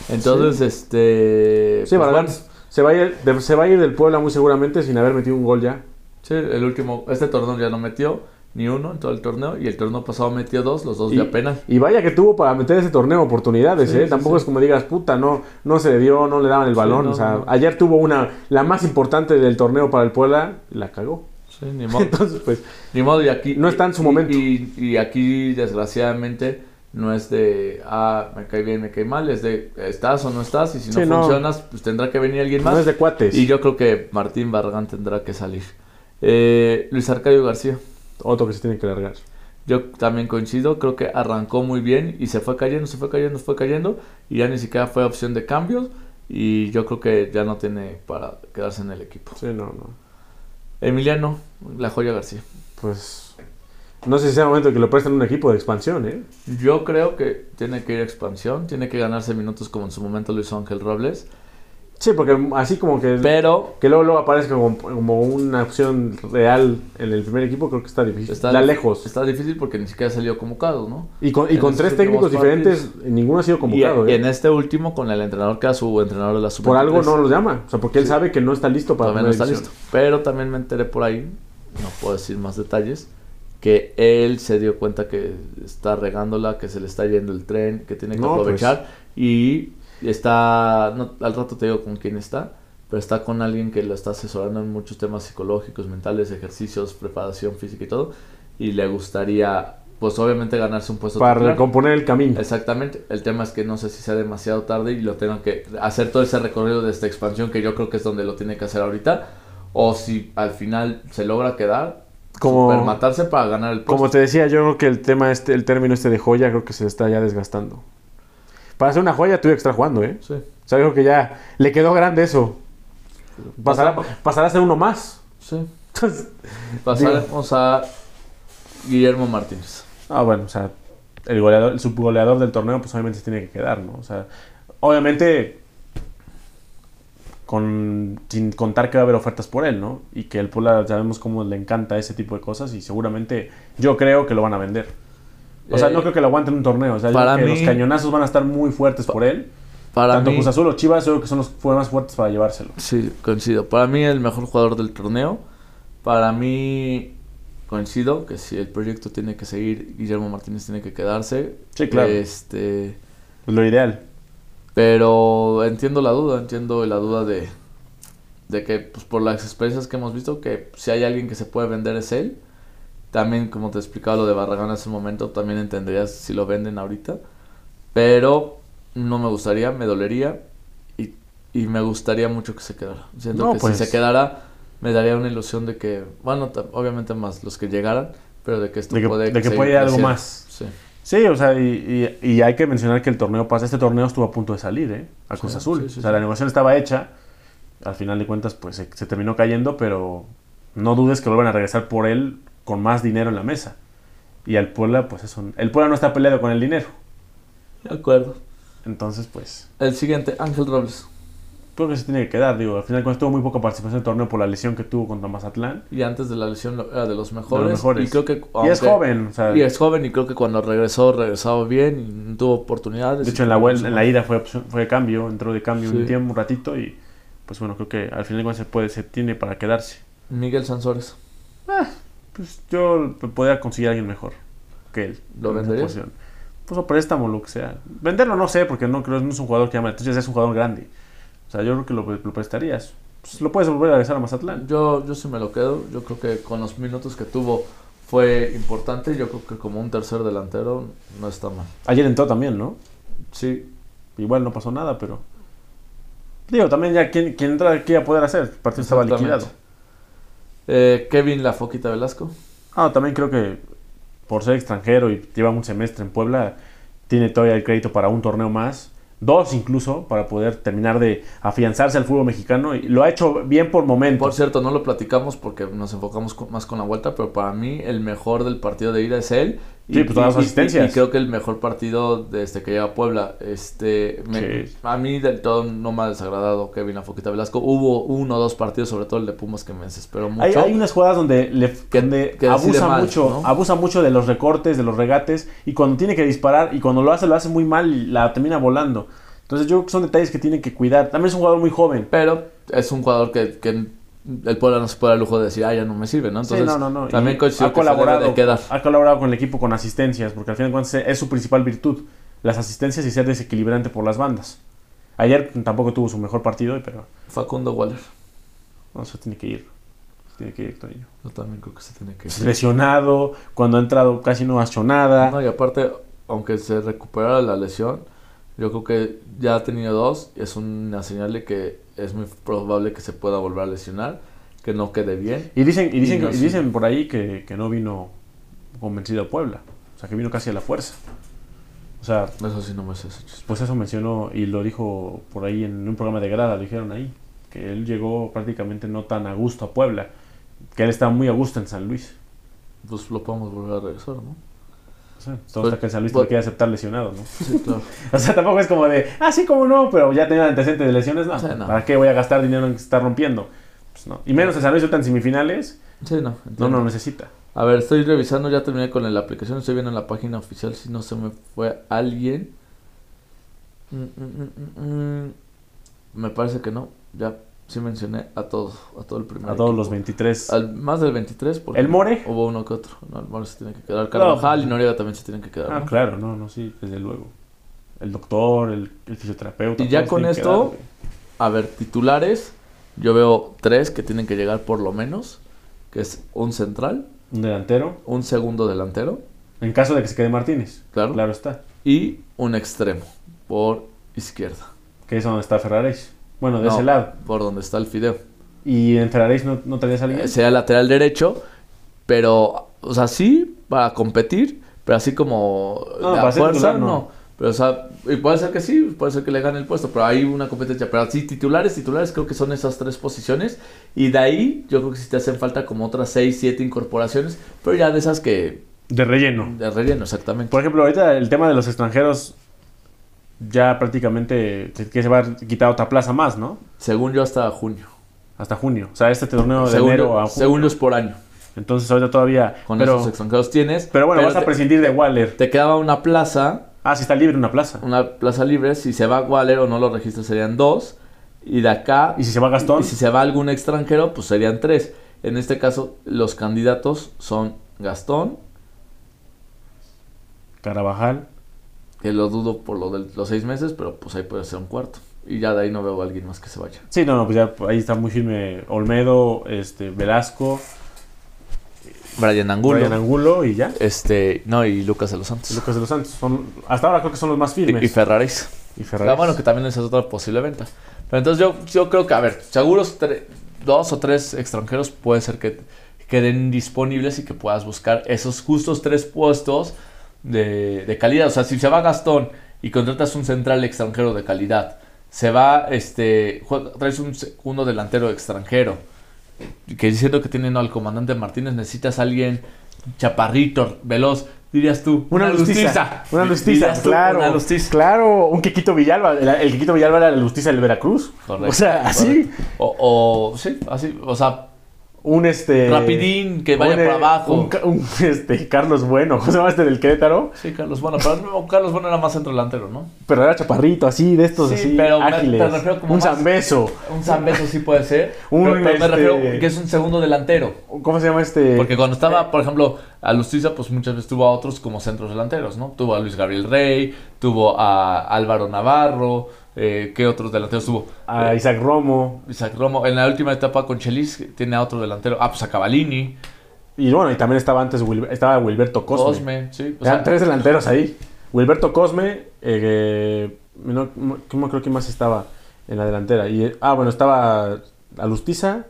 B: Entonces, este...
A: Sí,
B: pues,
A: Barragán
B: bueno,
A: se, va a ir, de- se va a ir del Puebla muy seguramente sin haber metido un gol ya.
B: sí, el último, este torneo ya no metió ni uno en todo el torneo y el torneo pasado metió dos, los dos
A: Y,
B: de apenas.
A: y vaya que tuvo para meter ese torneo oportunidades,
B: Sí,
A: ¿eh?
B: sí,
A: Tampoco
B: sí.
A: es como digas, puta, no, no se le dio, no le daban el
B: Sí,
A: balón.
B: no,
A: o sea,
B: no.
A: ayer tuvo una, la más importante del torneo para el Puebla, y la cagó.
B: Sí, ni modo.
A: Entonces, pues,
B: Ni modo, y aquí.
A: No está en su
B: y-
A: momento.
B: Y, y aquí, desgraciadamente, no es de. Ah, me cae bien, me cae mal. Es de. Estás o no estás. Y si no
A: Sí, no.
B: funcionas, pues tendrá que venir alguien más.
A: no es de cuates.
B: Y yo creo que Martín Barragán tendrá que salir. Eh, Luis Arcadio García.
A: Otro que se tiene que largar.
B: Yo también coincido, creo que arrancó muy bien y se fue cayendo, se fue cayendo, se fue cayendo y ya ni siquiera fue opción de cambios y yo creo que ya no tiene para quedarse en el equipo.
A: Sí, no, no.
B: Emiliano, la joya García.
A: Pues, no sé si sea momento que lo presten a un equipo de expansión, ¿eh?
B: Yo creo que tiene que ir a expansión, tiene que ganarse minutos como en su momento lo hizo Ángel Robles,
A: Sí, porque así como que...
B: pero
A: Que luego, luego aparezca como, como una opción real en el primer equipo, creo que está difícil.
B: está,
A: Está lejos.
B: está difícil porque ni siquiera salió convocado, ¿no?
A: y con, y
B: en
A: con
B: esos
A: tres
B: últimos
A: técnicos diferentes, ninguno ha sido convocado.
B: y, y
A: ¿eh?
B: en este último con el entrenador que era su entrenador de la sub
A: Por algo no los llama. O sea, porque él sabe que no está listo para
B: todavía no está
A: primera
B: listo.
A: división.
B: Pero también me enteré por ahí, no puedo decir más detalles, que él se dio cuenta que está regándola, que se le está yendo el tren, que tiene que
A: No, pues.
B: aprovechar y está, no, al rato te digo con quién está, pero está con alguien que lo está asesorando en muchos temas psicológicos, mentales, ejercicios, preparación física y todo, y le gustaría, pues obviamente ganarse un puesto
A: Para
B: titular.
A: recomponer el camino.
B: Exactamente, el tema es que no sé si sea demasiado tarde y lo tengan que hacer todo ese recorrido de esta expansión que yo creo que es donde lo tiene que hacer ahorita o si al final se logra quedar
A: Como-
B: matarse para ganar el
A: Como
B: puesto.
A: te decía, yo creo que el tema este, el término este de joya, creo que se está ya desgastando. Para ser una joya tuve que estar jugando, ¿eh?
B: Sí,
A: O sea, creo que ya le quedó grande eso. Pasará, pasará a ser uno más.
B: sí.
A: Entonces,
B: Pasaremos a Guillermo Martínez.
A: Ah, bueno, o sea, el goleador, el subgoleador del torneo, pues obviamente se tiene que quedar, ¿no? O sea, obviamente con, sin contar que va a haber ofertas por él, ¿no? Y que el Puebla sabemos cómo le encanta ese tipo de cosas y seguramente yo creo que lo van a vender. O sea,
B: Eh,
A: no creo que lo aguanten un torneo. O sea, yo
B: para
A: creo que
B: mí-
A: los cañonazos van a estar muy fuertes por él.
B: Para
A: Tanto
B: mí,
A: Cruz Azul o Chivas, yo creo que son los fu- más fuertes para llevárselo.
B: sí, coincido. Para mí el mejor jugador del torneo. Para mí coincido que si el proyecto tiene que seguir, Guillermo Martínez tiene que quedarse.
A: Sí, claro.
B: Este
A: Pues lo ideal.
B: Pero entiendo la duda, entiendo la duda de, de que pues, por las experiencias que hemos visto, que si hay alguien que se puede vender es él. También, como te explicaba lo de Barragán hace un momento, también entenderías si lo venden ahorita. Pero no me gustaría, me dolería y, y me gustaría mucho que se quedara. Siento
A: No,
B: que
A: pues.
B: si se quedara, me daría una ilusión de que, bueno, ta- obviamente más los que llegaran, pero de que esto
A: De que-
B: puede
A: de que
B: seguir
A: puede ir algo
B: creciendo.
A: más.
B: Sí.
A: Sí, o sea, y, y- y hay que mencionar que el torneo pasa. Este torneo estuvo a punto de salir, ¿eh? A Cruz
B: Sí,
A: Azul.
B: sí, sí,
A: o sea,
B: sí.
A: la negociación estaba hecha. Al final de cuentas, pues se, se terminó cayendo, pero no dudes que vuelvan a regresar por él con más dinero en la mesa. Y al Puebla, pues eso. El Puebla no está peleado con el dinero.
B: De acuerdo.
A: Entonces, pues.
B: El siguiente, Ángel Robles.
A: Creo que se tiene que quedar, digo. Al final de cuentas tuvo muy poca participación en el torneo por la lesión que tuvo contra Mazatlán.
B: Y antes de la lesión lo- era de los
A: De
B: mejores.
A: los mejores.
B: Y creo que.
A: Y es
B: aunque-
A: joven, o sea.
B: Y es joven, y creo que cuando regresó, regresaba bien y tuvo oportunidades.
A: De hecho, en la, vuel- en la ida fue, opción- fue cambio, entró de cambio
B: Sí.
A: un tiempo, un ratito, y pues bueno, creo que al final de cuentas se, puede, se tiene para quedarse.
B: Miguel Sansores.
A: Pues yo p- podría conseguir a alguien mejor que él.
B: ¿Lo
A: en esa
B: venderías?
A: posición. Pues o préstamo, lo que sea. Venderlo no sé, porque no creo, no es un jugador que llama. Entonces es un jugador grande. O sea, yo creo que lo, lo prestarías. Pues lo puedes volver a regresar a Mazatlán.
B: Yo, yo sí me lo quedo. Yo creo que con los minutos que tuvo fue importante. Yo creo que como un tercer delantero no está mal.
A: Ayer entró también, ¿no?
B: Sí,
A: Igual no pasó nada, pero. Digo, también ya, ¿quién, quién entra, ¿qué iba a poder hacer? El partido estaba
B: Exactamente.
A: liquidado.
B: Eh, Kevin La Foquita Velasco.
A: Ah, también creo que por ser extranjero y lleva un semestre en Puebla, tiene todavía el crédito para un torneo más, dos incluso, para poder terminar de afianzarse al fútbol mexicano. Y lo ha hecho bien por
B: Por
A: momentos.
B: cierto, no lo platicamos porque nos enfocamos con- más con la vuelta, pero para mí el mejor del partido de ida es él.
A: Sí, pues, todas las asistencias.
B: y creo que el mejor partido desde que lleva Puebla. Este, me-
A: Sí.
B: A mí del todo no me ha desagradado Kevin Afoquita Velasco. Hubo uno o dos partidos, sobre todo el de Pumas, que me desesperó
A: Hay,
B: mucho.
A: hay unas jugadas donde, le,
B: Que-
A: donde
B: que decide
A: abusa,
B: mal,
A: mucho,
B: ¿no?
A: abusa mucho de los recortes, de los regates, y cuando tiene que disparar, y cuando lo hace, lo hace muy mal y la termina volando. Entonces yo creo que son detalles que tiene que cuidar. También es un jugador muy joven.
B: Pero es un jugador que, que el Puebla no se puede dar el lujo de decir, ah, ya no me sirve, ¿no?
A: Sí,
B: Entonces,
A: no, no, no.
B: también
A: Y
B: coincido
A: ha
B: que se debe
A: colaborado,
B: de quedar.
A: ha colaborado con el equipo con asistencias, porque al final de cuentas es su principal virtud, las asistencias y ser desequilibrante por las bandas. Ayer tampoco tuvo su mejor partido, pero
B: Facundo Waller.
A: no se tiene que ir. Se tiene que ir, Toño.
B: Yo también creo que se tiene que ir.
A: Lesionado, cuando ha entrado casi no ha hecho nada.
B: No, y aparte, aunque se recuperara la lesión, yo creo que ya ha tenido dos. y Es una señal de que es muy probable que se pueda volver a lesionar, que no quede bien.
A: Y dicen, y dicen,
B: Y no,
A: y
B: sí.
A: dicen por ahí que, que no vino convencido a Puebla. O sea, que vino casi a la fuerza. O sea,
B: Eso sí no me sé. ese chisme.
A: pues eso mencionó y lo dijo por ahí en un programa de grada, lo dijeron ahí. Que él llegó prácticamente no tan a gusto a Puebla. Que él está muy a gusto en San Luis.
B: Pues lo podemos volver a regresar, ¿no?
A: O sea, todo está que en San Luis
B: Pues-
A: te quiere aceptar lesionado, ¿no?
B: Sí, claro.
A: O sea, tampoco es como de, ah, sí, como no, pero ya tenía antecedentes de lesiones, no.
B: Sí, no.
A: ¿Para qué voy a gastar dinero en estar rompiendo? Pues no. Y menos en San Luis, ahorita en semifinales,
B: Sí, no.
A: no,
B: entiendo.
A: no lo necesita.
B: A ver, estoy revisando, ya terminé con la aplicación, estoy viendo en la página oficial si no se me fue alguien. Mm, mm, mm, mm, mm. Me parece que no, ya sí mencioné a todos, a todo el primer
A: A todos
B: equipo.
A: los 23.
B: Al- más del 23 porque
A: ¿El More?
B: hubo uno que otro. No, el More se tiene que quedar. Carvajal y Noriega también se tienen que quedar.
A: Ah,
B: ¿no?
A: claro, no, no, sí, desde luego. El doctor, el, el fisioterapeuta.
B: Y ya
A: todos
B: con
A: tienen que
B: esto-
A: dar, güey.
B: A ver, titulares. Yo veo tres que tienen que llegar por lo menos. Que es un central,
A: un delantero,
B: un segundo delantero
A: en caso de que se quede Martínez.
B: Claro.
A: Claro está.
B: y un extremo por izquierda.
A: Que es donde está Ferraréis. Bueno, de
B: No,
A: ese lado.
B: Por donde está el fideo.
A: Y en Ferraréis no, no traías a alguien.
B: Eh, sea lateral derecho, pero, o sea, sí, para competir, pero así como
A: No,
B: de a
A: para ser
B: fuerza,
A: titular,
B: no.
A: no.
B: Pero, o sea, y puede ser que sí, puede ser que le gane el puesto, pero hay una competencia. Pero sí, titulares, titulares, creo que son esas tres posiciones. Y de ahí, yo creo que sí te hacen falta como otras seis, siete incorporaciones, pero ya de esas que
A: De relleno.
B: de relleno, exactamente.
A: Por ejemplo, ahorita el tema de los extranjeros. Ya prácticamente se- que se va a quitar otra plaza más, ¿no?
B: Según yo, hasta junio.
A: Hasta junio. O sea, este torneo de
B: según
A: enero
B: yo,
A: a junio.
B: según yo es por año.
A: Entonces ahorita todavía.
B: Con
A: pero,
B: esos extranjeros tienes.
A: pero bueno, vas a
B: te-
A: prescindir de Waller.
B: te quedaba una plaza
A: Ah, si está libre una plaza.
B: una plaza libre. Si se va Waller o no lo registra serían dos. Y de acá,
A: Y si se va Gastón.
B: y si se va algún extranjero, pues serían tres. En este caso, los candidatos son Gastón,
A: Carabajal.
B: que lo dudo por lo de los seis meses, pero pues ahí puede ser un cuarto. Y ya de ahí no veo a alguien más que se vaya.
A: Sí, no, no, pues ya ahí está muy firme Olmedo, este, Velasco,
B: Brian Angulo.
A: Brian Angulo y ya.
B: Este, no, y Lucas de los
A: Y
B: Santos.
A: Lucas de los Santos. Son, hasta ahora creo que son los más firmes.
B: Y, y Ferraris.
A: Y
B: Ah, bueno, que también esa es otra posible venta. Pero entonces yo, yo creo que, a ver, seguros tre- dos o tres extranjeros puede ser que queden disponibles y que puedas buscar esos justos tres puestos de, de calidad. O sea, si se va Gastón y contratas un central extranjero de calidad, se va, este, juega- traes un segundo delantero extranjero, que diciendo que tienen al comandante Martínez, necesitas a alguien chaparrito, veloz, dirías tú.
A: Una
B: lustiza.
A: lustiza. Una lustiza,
B: Dirías tú,
A: claro.
B: Una lustiza.
A: Claro, un Quiquito Villalba. El, el Quiquito Villalba era la lustiza del Veracruz.
B: Correcto,
A: o sea, así.
B: correcto. O, o- sí, así, o sea,
A: Un este.
B: rapidín, que vaya
A: un,
B: por
A: eh,
B: abajo.
A: Un, ca- un, este, Carlos Bueno. ¿Cómo se llama este del Querétaro?
B: Sí, Carlos Bueno, pero no, Carlos Bueno era más centro delantero, ¿no?
A: Pero era chaparrito, así, de estos,
B: Sí,
A: así.
B: pero me-
A: ágiles.
B: me refiero como
A: un
B: más-
A: Zambeso.
B: Un Zambeso sí puede ser,
A: Un,
B: pero, pero me
A: este-
B: refiero que es un segundo delantero.
A: ¿Cómo se llama este?
B: Porque cuando estaba, por ejemplo, a Lustiza, pues muchas veces tuvo a otros como centros delanteros, ¿no? Tuvo a Luis Gabriel Rey, tuvo a Álvaro Navarro, eh, ¿qué otros delanteros tuvo?
A: A
B: Eh,
A: Isaac Romo.
B: Isaac Romo. En la última etapa con Chelis tiene a otro delantero. Ah, pues a Cavalini,
A: Y bueno, y también estaba antes Wil- estaba Wilberto Cosme.
B: Cosme, sí. o
A: Eran
B: sea,
A: tres delanteros ahí. Wilberto Cosme, eh, no, no creo que más estaba en la delantera. Y, eh, ah, bueno, estaba Alustiza,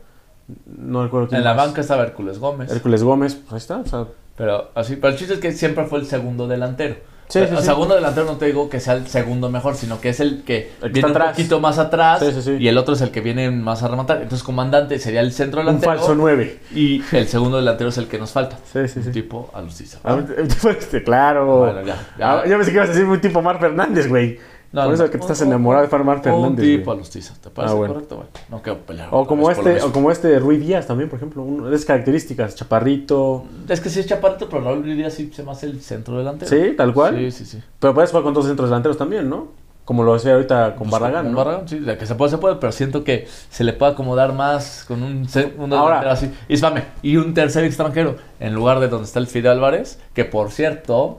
A: no recuerdo quién
B: En la
A: más.
B: banca estaba Hércules Gómez.
A: Hércules Gómez, pues ahí está. O sea,
B: Pero así, pero el chiste es que siempre fue el segundo delantero.
A: Sí,
B: Pero
A: sí,
B: el
A: sí.
B: segundo delantero no te digo que sea el segundo mejor, sino que es el que
A: El que
B: viene
A: está
B: un
A: atrás.
B: poquito más atrás
A: Sí, sí, sí.
B: y el otro es el que viene más a rematar. Entonces, comandante sería el centro
A: Un
B: delantero
A: falso 9.
B: y el segundo delantero es el que nos falta.
A: Sí, sí, sí.
B: Un tipo alucisa.
A: Ah, este, claro.
B: Bueno, ya, ya.
A: Ah, yo pensé que ibas a decir un tipo Mar Fernández, güey.
B: No,
A: Ah, Por
B: no,
A: eso que te
B: un-
A: estás enamorado de Far Mar
B: Un
A: Fernández.
B: tipo
A: güey.
B: alustiza, ¿te parece
A: Ah, bueno.
B: correcto? Bueno, no quiero pelear.
A: O
B: otra
A: como
B: vez por lo
A: este,
B: mismo.
A: o como este de Rui Díaz también, por ejemplo. Uno de esas características, chaparrito.
B: Es que sí es chaparrito, pero Raúl Díaz sí se me hace el centro delantero.
A: Sí, tal cual.
B: Sí, sí, sí.
A: Pero puedes jugar con dos centros delanteros también, ¿no? Como lo hacía ahorita con
B: Pues,
A: Barragán.
B: con
A: ¿no?
B: Barragán, sí. La que se puede, se puede, pero siento que se le puede acomodar más con un, ce- un
A: Ahora-
B: delantero así. Y espérame, y un tercer extranjero en lugar de donde está el Fidel Álvarez, que por cierto,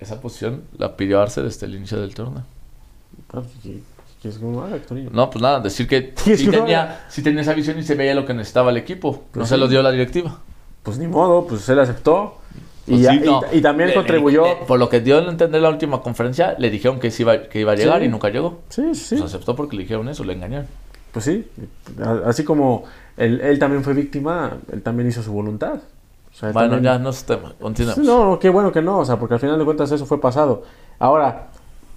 B: esa posición la pidió Arce desde el inicio del torneo.
A: Ah, ¿qué- qué es como, ah, Victorino.
B: No, pues nada, decir que
A: Sí, es
B: sí
A: que no-
B: tenía, sí tenía esa visión y se veía lo que necesitaba el equipo. No
A: Pues
B: se
A: sí.
B: lo dio la directiva.
A: Pues ni modo, pues él aceptó. Y,
B: Pues sí,
A: y-
B: no.
A: y también
B: Le- le-
A: contribuyó.
B: le- por lo que dio a entender la última conferencia, le dijeron que, sí iba, que iba a llegar
A: Sí.
B: y nunca llegó.
A: Sí, sí.
B: Pues aceptó porque le dijeron eso, le engañaron.
A: Pues sí, a- así como él, él también fue víctima, él también hizo su voluntad. O sea, él
B: Bueno,
A: también-
B: ya no es tema, continuamos.
A: Sí, no, no, qué bueno que no, o sea, porque al final de cuentas eso fue pasado. Ahora,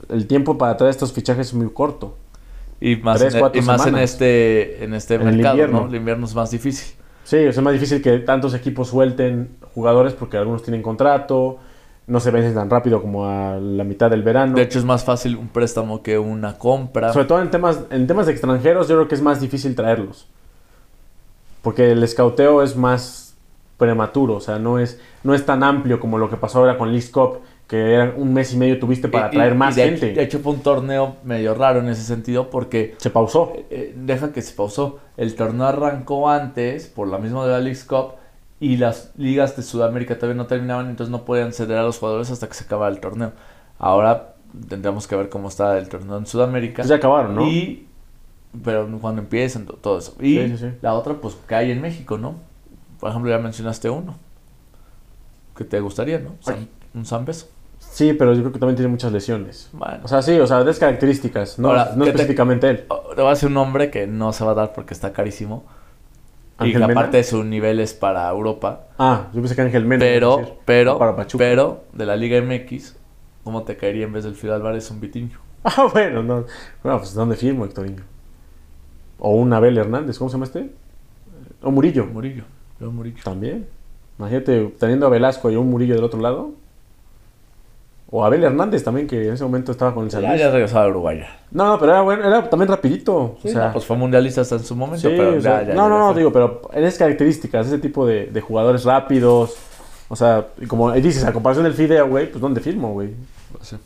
A: el tiempo para traer estos fichajes es muy corto.
B: Y más,
A: Tres,
B: en, el-
A: cuatro
B: y más en
A: semanas.
B: este, en este
A: En el
B: mercado,
A: invierno.
B: ¿no? El invierno es más difícil.
A: Sí, o sea, es más difícil que tantos equipos suelten jugadores porque algunos tienen contrato, no se vencen tan rápido como a la mitad del verano.
B: De hecho, es más fácil un préstamo que una compra.
A: Sobre todo en temas, en temas de extranjeros, yo creo que es más difícil traerlos. Porque el escauteo es más prematuro, o sea, no es, no es tan amplio como lo que pasó ahora con League Cup, que era un mes y medio tuviste para
B: Y- y-
A: traer más
B: y de,
A: gente.
B: De hecho, fue un torneo medio raro en ese sentido porque
A: se pausó.
B: eh, deja que se pausó. El torneo arrancó antes, por la misma de la League Cup, y las ligas de Sudamérica todavía no terminaban, entonces no podían ceder a los jugadores hasta que se acabara el torneo. Ahora tendremos que ver cómo está el torneo en Sudamérica.
A: Pues ya acabaron, ¿no?
B: Y, pero cuando empiecen to- todo eso. Y
A: Sí, sí, sí.
B: la otra, pues, que hay en México, ¿no? Por ejemplo, ya mencionaste uno. Que te gustaría, ¿no? San- un San Beso.
A: Sí, pero yo creo que también tiene muchas lesiones.
B: Bueno.
A: O sea, sí, o sea, tres características, no,
B: Ahora,
A: no
B: ¿qué te-
A: específicamente él.
B: Oh, Te voy a decir un nombre que no se va a dar porque está carísimo. Y
A: Ángel
B: que
A: Mena.
B: aparte de su nivel es para Europa.
A: Ah, yo pensé que Ángel Mena. iba a
B: Pero,
A: decir,
B: pero,
A: Para Pachuca.
B: pero, de la Liga MX, ¿cómo te caería en vez del Fidel Álvarez un Vitiño?
A: Ah, bueno, no. Bueno, pues ¿dónde firmo, Hectorinho? O un Abel Hernández, ¿cómo se llama este? O Murillo.
B: Murillo. León Murillo.
A: También. Imagínate, teniendo a Velasco y un Murillo del otro lado. O Abel Hernández también, que en ese momento estaba con el San
B: Ya,
A: Luis.
B: ya regresaba a Uruguay. ya.
A: No, no, pero era, bueno, era también rapidito.
B: Sí,
A: o sea,
B: no, pues fue mundialista hasta en su momento,
A: sí,
B: pero
A: o
B: ya,
A: sea,
B: ya,
A: no,
B: ya
A: no, no,
B: fue.
A: digo, pero en esas características, ese tipo de, de jugadores rápidos. O sea, y como dices, a comparación del Fidea, güey, pues ¿dónde firmo, güey?
B: Sí.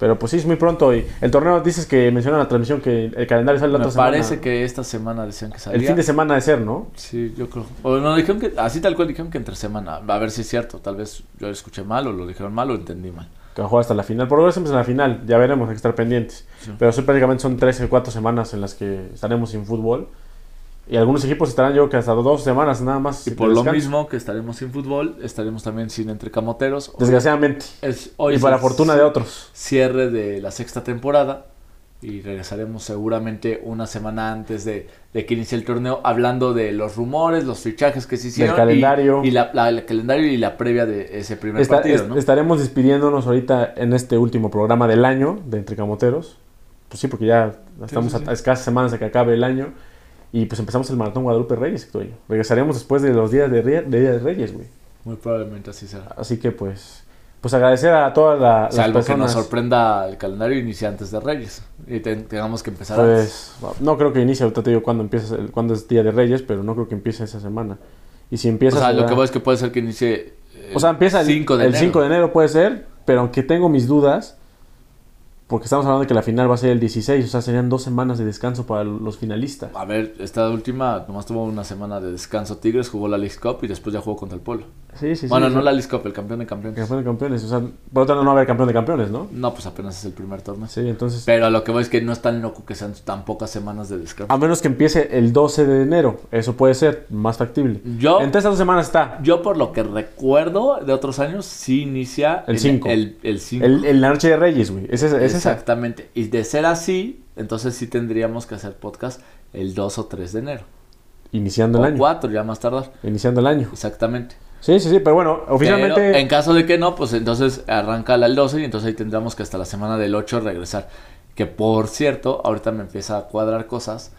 A: Pero pues sí, es muy pronto. Y el torneo, dices que mencionan la transmisión que el calendario sale la
B: Me
A: otra semana.
B: parece que esta semana decían que salía.
A: El fin de semana de ser, ¿no?
B: Sí, yo creo. O no, dijeron que, así tal cual dijeron que entre semana. A ver si es cierto. Tal vez yo lo escuché mal o lo dijeron mal o entendí mal.
A: Que van a jugar hasta la final. Por lo menos siempre es en la final, ya veremos, hay que estar pendientes.
B: Sí.
A: Pero sí, prácticamente son tres o cuatro semanas en las que estaremos sin fútbol. Y algunos equipos estarán, yo creo que hasta dos semanas nada más.
B: Y
A: de
B: por lo
A: descanso.
B: mismo que estaremos sin fútbol, estaremos también sin entre camoteros. Hoy
A: Desgraciadamente.
B: es- hoy
A: y
B: es
A: para
B: el
A: fortuna de otros.
B: Cierre de la sexta temporada. Y regresaremos seguramente una semana antes de, de que inicie el torneo hablando de los rumores, los fichajes que se hicieron. y-
A: calendario.
B: Y, la, la- el calendario y la previa de ese primer
A: Esta-
B: partido,
A: es-
B: ¿no?
A: Estaremos despidiéndonos ahorita en este último programa del año de Entre Camoteros. Pues sí, porque ya estamos
B: sí, sí.
A: a a escasas semanas de que acabe el año. Y pues empezamos el maratón Guadalupe Reyes, Héctor. Regresaremos después de los días de, Rie- de Día de Reyes, güey.
B: Muy probablemente así será.
A: Así que pues, pues agradecer a todas la- las
B: Salvo que nos
A: personas.
B: sorprenda el calendario inicia antes de Reyes y te- tengamos que empezar antes.
A: Pues, no creo que inicie, ahorita te digo cuándo empieza, el- cuándo es Día de Reyes, pero no creo que empiece esa semana. Y si
B: O
A: empieza...
B: sea, lo
A: será-
B: que voy es que puede ser que inicie eh,
A: o sea, empieza el,
B: 5 de
A: el
B: enero.
A: 5 de enero, puede ser, pero aunque tengo mis dudas, porque estamos hablando de que la final va a ser el 16, o sea, serían dos semanas de descanso para los finalistas.
B: A ver, esta última nomás tuvo una semana de descanso Tigres, jugó la League Cup y después ya jugó contra el Polo.
A: Sí, sí, sí.
B: bueno,
A: o sea,
B: no la League Cup, el campeón de campeones.
A: Campeón de campeones, o sea, por otro lado no va a haber campeón de campeones, ¿no?
B: No, pues apenas es el primer torneo.
A: Sí, entonces...
B: Pero a lo que voy es que no es tan loco que sean tan pocas semanas de descanso.
A: A menos que empiece el 12 de enero, eso puede ser más factible.
B: Yo-
A: Entre esas dos semanas está.
B: Yo por lo que recuerdo de otros años, sí inicia
A: El
B: en-
A: cinco.
B: El, el cinco.
A: El, el la noche de Reyes, güey. Es esa, es esa.
B: Exactamente. Y de ser así, entonces sí tendríamos que hacer podcast el 2 o 3 de enero.
A: Iniciando
B: O
A: el año.
B: 4 ya más tardar.
A: Iniciando el año.
B: Exactamente.
A: Sí, sí, sí, pero bueno, oficialmente.
B: Pero en caso de que no, pues entonces arranca la 12 y entonces ahí tendremos que hasta la semana del 8 regresar. Que por cierto, ahorita me empieza a cuadrar cosas,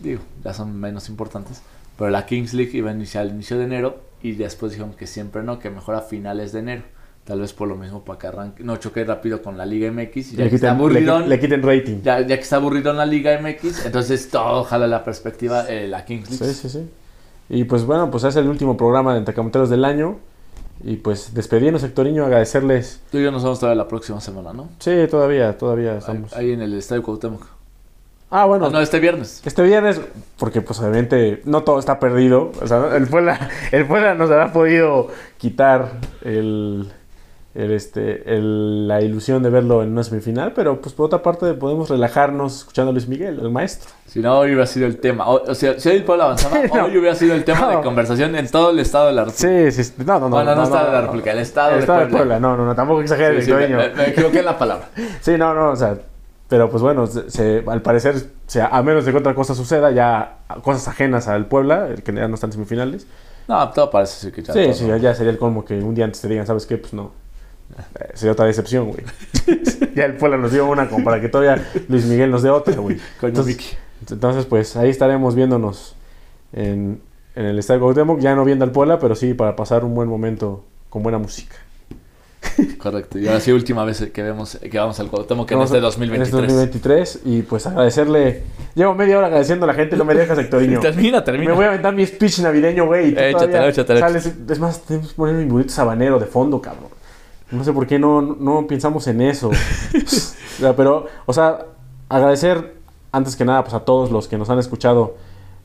B: digo, ya son menos importantes, pero la Kings League iba a iniciar al inicio de enero y después dijeron que siempre no, que mejor a finales de enero. Tal vez por lo mismo para que arranque, no choque rápido con la Liga MX y ya
A: le,
B: que
A: quiten, le,
B: está aburridón,
A: qui- le quiten rating.
B: ya, ya que está aburrido en la Liga MX, entonces todo jala la perspectiva eh, la Kings League.
A: Sí, sí, sí. Y pues bueno, pues es el último programa de Entrecamoteros del año. Y pues despedirnos, Hectorinho, agradecerles.
B: Tú y yo nos vamos a ver la próxima semana, ¿no?
A: Sí, todavía, todavía estamos.
B: Ahí, ahí en el Estadio Cuauhtémoc.
A: Ah, bueno.
B: Ah, no, este viernes.
A: Este viernes, porque pues obviamente no todo está perdido. O sea, el Puebla, el Puebla nos habrá podido quitar el, el, este, el- la ilusión de verlo en una semifinal, pero pues por otra parte podemos relajarnos escuchando a Luis Miguel, el maestro.
B: Si no, hoy hubiera sido el tema. O, o sea, si hoy el pueblo avanzaba,
A: Sí, no.
B: hoy hubiera sido el tema
A: No.
B: de conversación en todo el estado de la República.
A: Sí, sí, no, no, no.
B: Bueno, no está de la República, el Estado de
A: Estado
B: Puebla.
A: No, no, no, tampoco exageres,
B: Sí, sí, me,
A: Hectorinho.
B: me- me equivoqué en la palabra.
A: Sí, no, no, o sea, pero pues bueno, se- se- al parecer, se- a menos de que otra cosa suceda, ya cosas ajenas al Puebla, el que ya no están en semifinales.
B: No, todo parece ser que ya.
A: Sí,
B: todo,
A: sí,
B: ¿no?
A: ya, ya sería el colmo que un día antes te digan, ¿sabes qué? Pues no. Eh, Sería otra decepción, güey. ya el Puebla nos dio una como para que todavía Luis Miguel nos dé otra, güey.
B: Coño,
A: Entonces,
B: Vicky.
A: entonces, pues ahí estaremos viéndonos en, en el Estadio Cuauhtémoc, ya no viendo al Puebla, pero sí para pasar un buen momento con buena música.
B: Correcto. Y ahora sí, última vez que vemos que vamos al Cuauhtémoc que en
A: Vamos
B: este
A: a- En
B: 2023.
A: este 2023 y pues agradecerle. Llevo media hora agradeciendo a la gente, no me dejas, Hectorinho.
C: Termina,
A: Me
C: termina.
A: voy a aventar mi speech navideño, güey. y tú
C: Eh, échatelo,
A: todavía
C: échatelo,
A: sales- Es más, tenemos que poner mi burrito sabanero de fondo, cabrón. No sé por qué no, no pensamos en eso. O sea, Pero, o sea, agradecer antes que nada pues, a todos los que nos han escuchado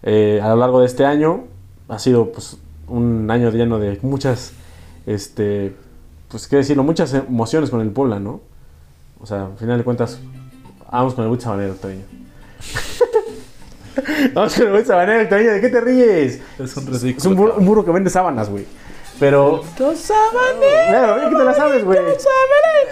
A: eh, a lo largo de este año. Ha sido pues un año lleno de muchas, este, pues qué decirlo, muchas emociones con el Puebla, ¿no? O sea, al final de cuentas, vamos con el burrito sabanero, Toño. vamos con el burrito sabanero, Toño. ¿De qué te ríes?
C: Es un
A: Es un burro, un burro que vende sábanas, güey. Pero. Claro, bien que te la sabes, güey.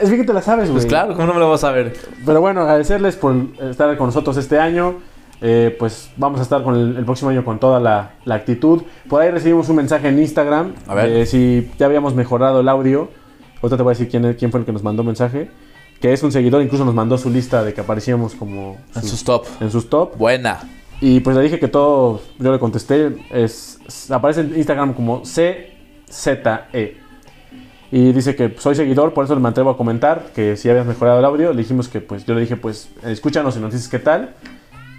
A: Es bien que te la sabes, güey.
C: Pues claro, ¿cómo no me lo vas a ver?
A: Pero bueno, agradecerles por estar con nosotros este año. Eh, pues vamos a estar con el, el próximo año con toda la, la actitud. Por ahí recibimos un mensaje en Instagram.
C: A ver.
A: de si ya habíamos mejorado el audio. Ahorita te voy a decir quién, es- quién fue el que nos mandó mensaje. Que es un seguidor, incluso nos mandó su lista de que aparecíamos como
B: En
A: sus-
B: sus top.
A: en sus top.
B: Buena.
A: Y pues le dije que todo, yo le contesté, es, es- aparece en Instagram como CZE. Y dice que soy seguidor, por eso me atrevo a comentar, que si habías mejorado el audio, le dijimos que pues yo le dije pues escúchanos y nos dices qué tal.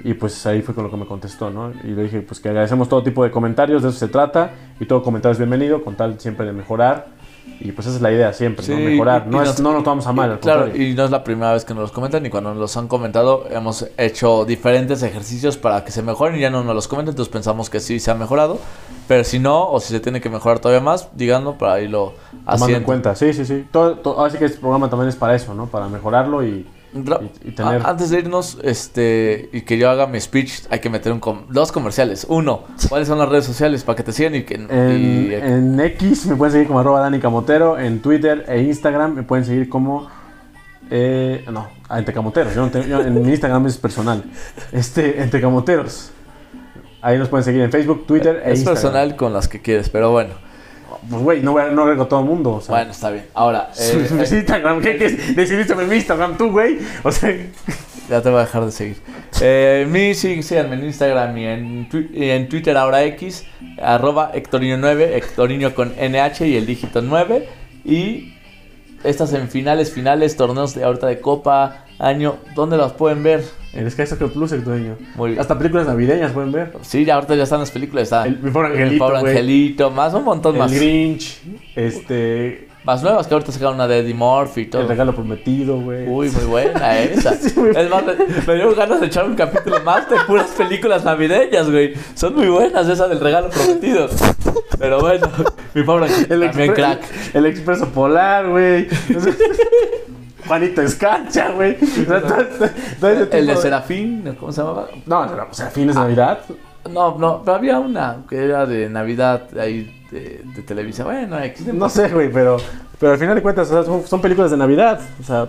A: Y pues ahí fue con lo que me contestó, ¿no? Y le dije pues que agradecemos todo tipo de comentarios, de eso se trata, y todo comentario es bienvenido, con tal siempre de mejorar. Y pues esa es la idea siempre, ¿no?
B: Sí,
A: Mejorar,
B: y-
A: no,
B: y
A: es-
B: nos-
A: no nos tomamos a mal. al
B: Claro,
A: contrario.
B: y no es la primera vez que nos los comentan y cuando nos los han comentado hemos hecho diferentes ejercicios para que se mejoren y ya no nos los comentan, entonces pensamos que sí se ha mejorado, pero si no o si se tiene que mejorar todavía más, díganlo para irlo
A: Tomando en
B: haciendo.
A: cuenta, sí, sí, sí. Todo, todo- así que este programa también es para eso, ¿no? Para mejorarlo y...
B: Ra-
A: y- y tener-
B: a- Antes de irnos este y que yo haga mi speech, hay que meter un com- dos comerciales. Uno, ¿cuáles son las redes sociales para que te sigan y que
A: En,
B: y-
A: en X me pueden seguir como arroba Dani Camotero, en Twitter e Instagram me pueden seguir como... eh, no, ah, entre camoteros, yo no te- yo- en mi Instagram es personal. Este, entre camoteros. Ahí nos pueden seguir en Facebook, Twitter e
B: es
A: Instagram.
B: personal con las que quieres, pero bueno.
A: Pues güey, no, voy a- no agrego a todo el mundo. O sea,
B: Bueno, está bien. Ahora,
A: Es
B: eh,
A: mi Instagram, ¿qué, qué decidiste sobre mi Instagram tú, güey? O sea,
B: Ya te voy a dejar de seguir. Eh, mi, sí, síganme en Instagram y en, twi- y en Twitter ahora X, arroba Hectorino9, Hectorino con NH y el dígito 9. Y estas en finales, finales, torneos de ahorita de Copa, año, ¿dónde las pueden ver?
A: en Sky Soccer Plus, el dueño.
B: Muy bien.
A: Hasta películas navideñas pueden ver.
B: Sí, ya ahorita ya están las películas. Está
A: El, mi pobre
B: El
A: angelito,
B: Pobre
A: güey.
B: Angelito, más, un montón
A: El
B: más.
A: Grinch, este,
B: Más nuevas que ahorita sacaron una de Eddie Murphy y todo.
A: el regalo prometido, güey.
B: Uy, muy buena esa.
A: Sí, muy
B: es más, me, me dio ganas de echar un capítulo más de puras películas navideñas, güey. Son muy buenas esa del regalo prometido. Pero bueno, mi pobre Angelito
A: El
B: también
A: expre-
B: crack.
A: El expreso polar, güey. O sea, Juanito Escarcha, güey. O sea, todo- todo- todo ese
B: El de Ah.
A: tipo
B: Serafín, ¿cómo se llamaba?
A: No, no, no, o sea, fines de Navidad.
B: No, no, pero había una que era de Navidad ahí de, de Televisa. Bueno, existe
A: No sé, güey, pero, pero al final de cuentas, o sea, son, son películas de Navidad. O sea,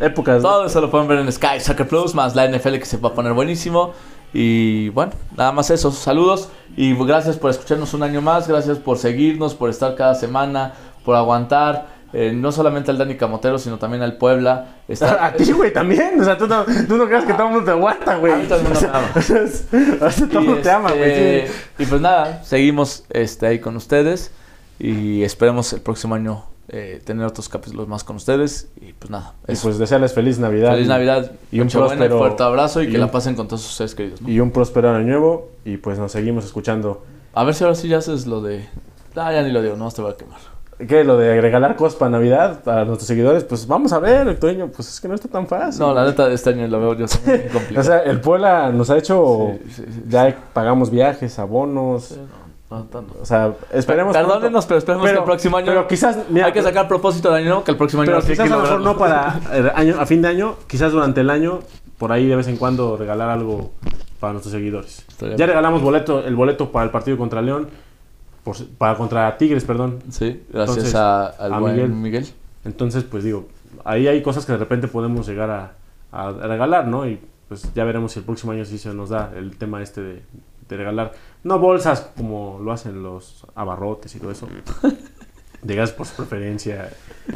A: épocas. ¿no?
B: Todo eso lo pueden ver en Sky Soccer Plus, más la NFL que se va a poner buenísimo. Y bueno, nada más eso. Saludos y gracias por escucharnos un año más. Gracias por seguirnos, por estar cada semana, por aguantar. eh, no solamente al Dani Camotero, sino también al Puebla. Está-
A: A ti, güey, también. O sea, tú no, tú no creas que todo el mundo te aguanta, güey.
B: A mí todo el mundo
A: O sea,
B: me ama.
A: o sea, es- o sea, todo el mundo te ama, güey.
B: este,
A: sí.
B: Y pues nada, seguimos este, ahí con ustedes y esperemos el próximo año eh, tener otros capítulos más con ustedes. Y pues nada,
A: Y
B: eso.
A: pues desearles feliz Navidad.
B: Feliz Navidad
A: y un
B: Nochebuena,
A: próspero-
B: fuerte abrazo y,
A: y
B: que
A: un-
B: la pasen con todos sus seres queridos. ¿no?
A: Y un próspero año nuevo. Y pues nos seguimos escuchando.
B: A ver si ahora sí ya haces lo de. Ah, ya ni lo digo, no te voy a quemar.
A: ¿Qué? Lo de regalar cosas para Navidad a nuestros seguidores. Pues vamos a ver, Hectorinho. Pues es que no está tan fácil.
B: No, la neta de este año lo veo yo muy complicado.
A: O sea, el Puebla nos ha hecho.
B: Sí, sí, sí.
A: ya pagamos viajes, abonos.
B: Sí, no, no tanto.
A: O sea, esperemos.
B: Perdónenos, pero esperemos que el próximo año.
A: Pero quizás. mira, pues,
B: hay que sacar propósito del año nuevo, que el próximo año
A: Pero
B: sí hay
A: quizás
B: que
A: a lo mejor no
B: lograrlo.
A: para eh, año, a fin de año, quizás durante el año, por ahí de vez en cuando regalar algo para nuestros seguidores.
B: Estaría
A: ya
B: bien.
A: regalamos boleto, el boleto para el partido contra León, por si- para contra Tigres, perdón.
B: Sí, gracias
A: Entonces,
B: a, al
A: a
B: buen
A: Miguel.
B: Miguel.
A: Entonces, pues digo, ahí hay cosas que de repente podemos llegar a, a regalar, ¿no? Y pues ya veremos si el próximo año sí se nos da el tema este de, de regalar. No bolsas como lo hacen los abarrotes y todo eso. Llegas por su preferencia,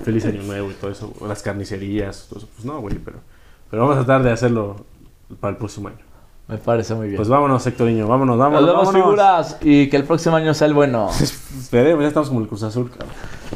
A: feliz año nuevo y todo eso, o las carnicerías, todo eso. Pues no, güey, pero, pero vamos a tratar de hacerlo para el próximo año.
B: Me parece muy bien.
A: Pues vámonos, Hectorinho, vámonos, vámonos.
B: Nos vemos
A: vámonos.
B: figuras y que el próximo año sea el bueno.
A: Esperemos, ya estamos como el Cruz Azul, cabrón.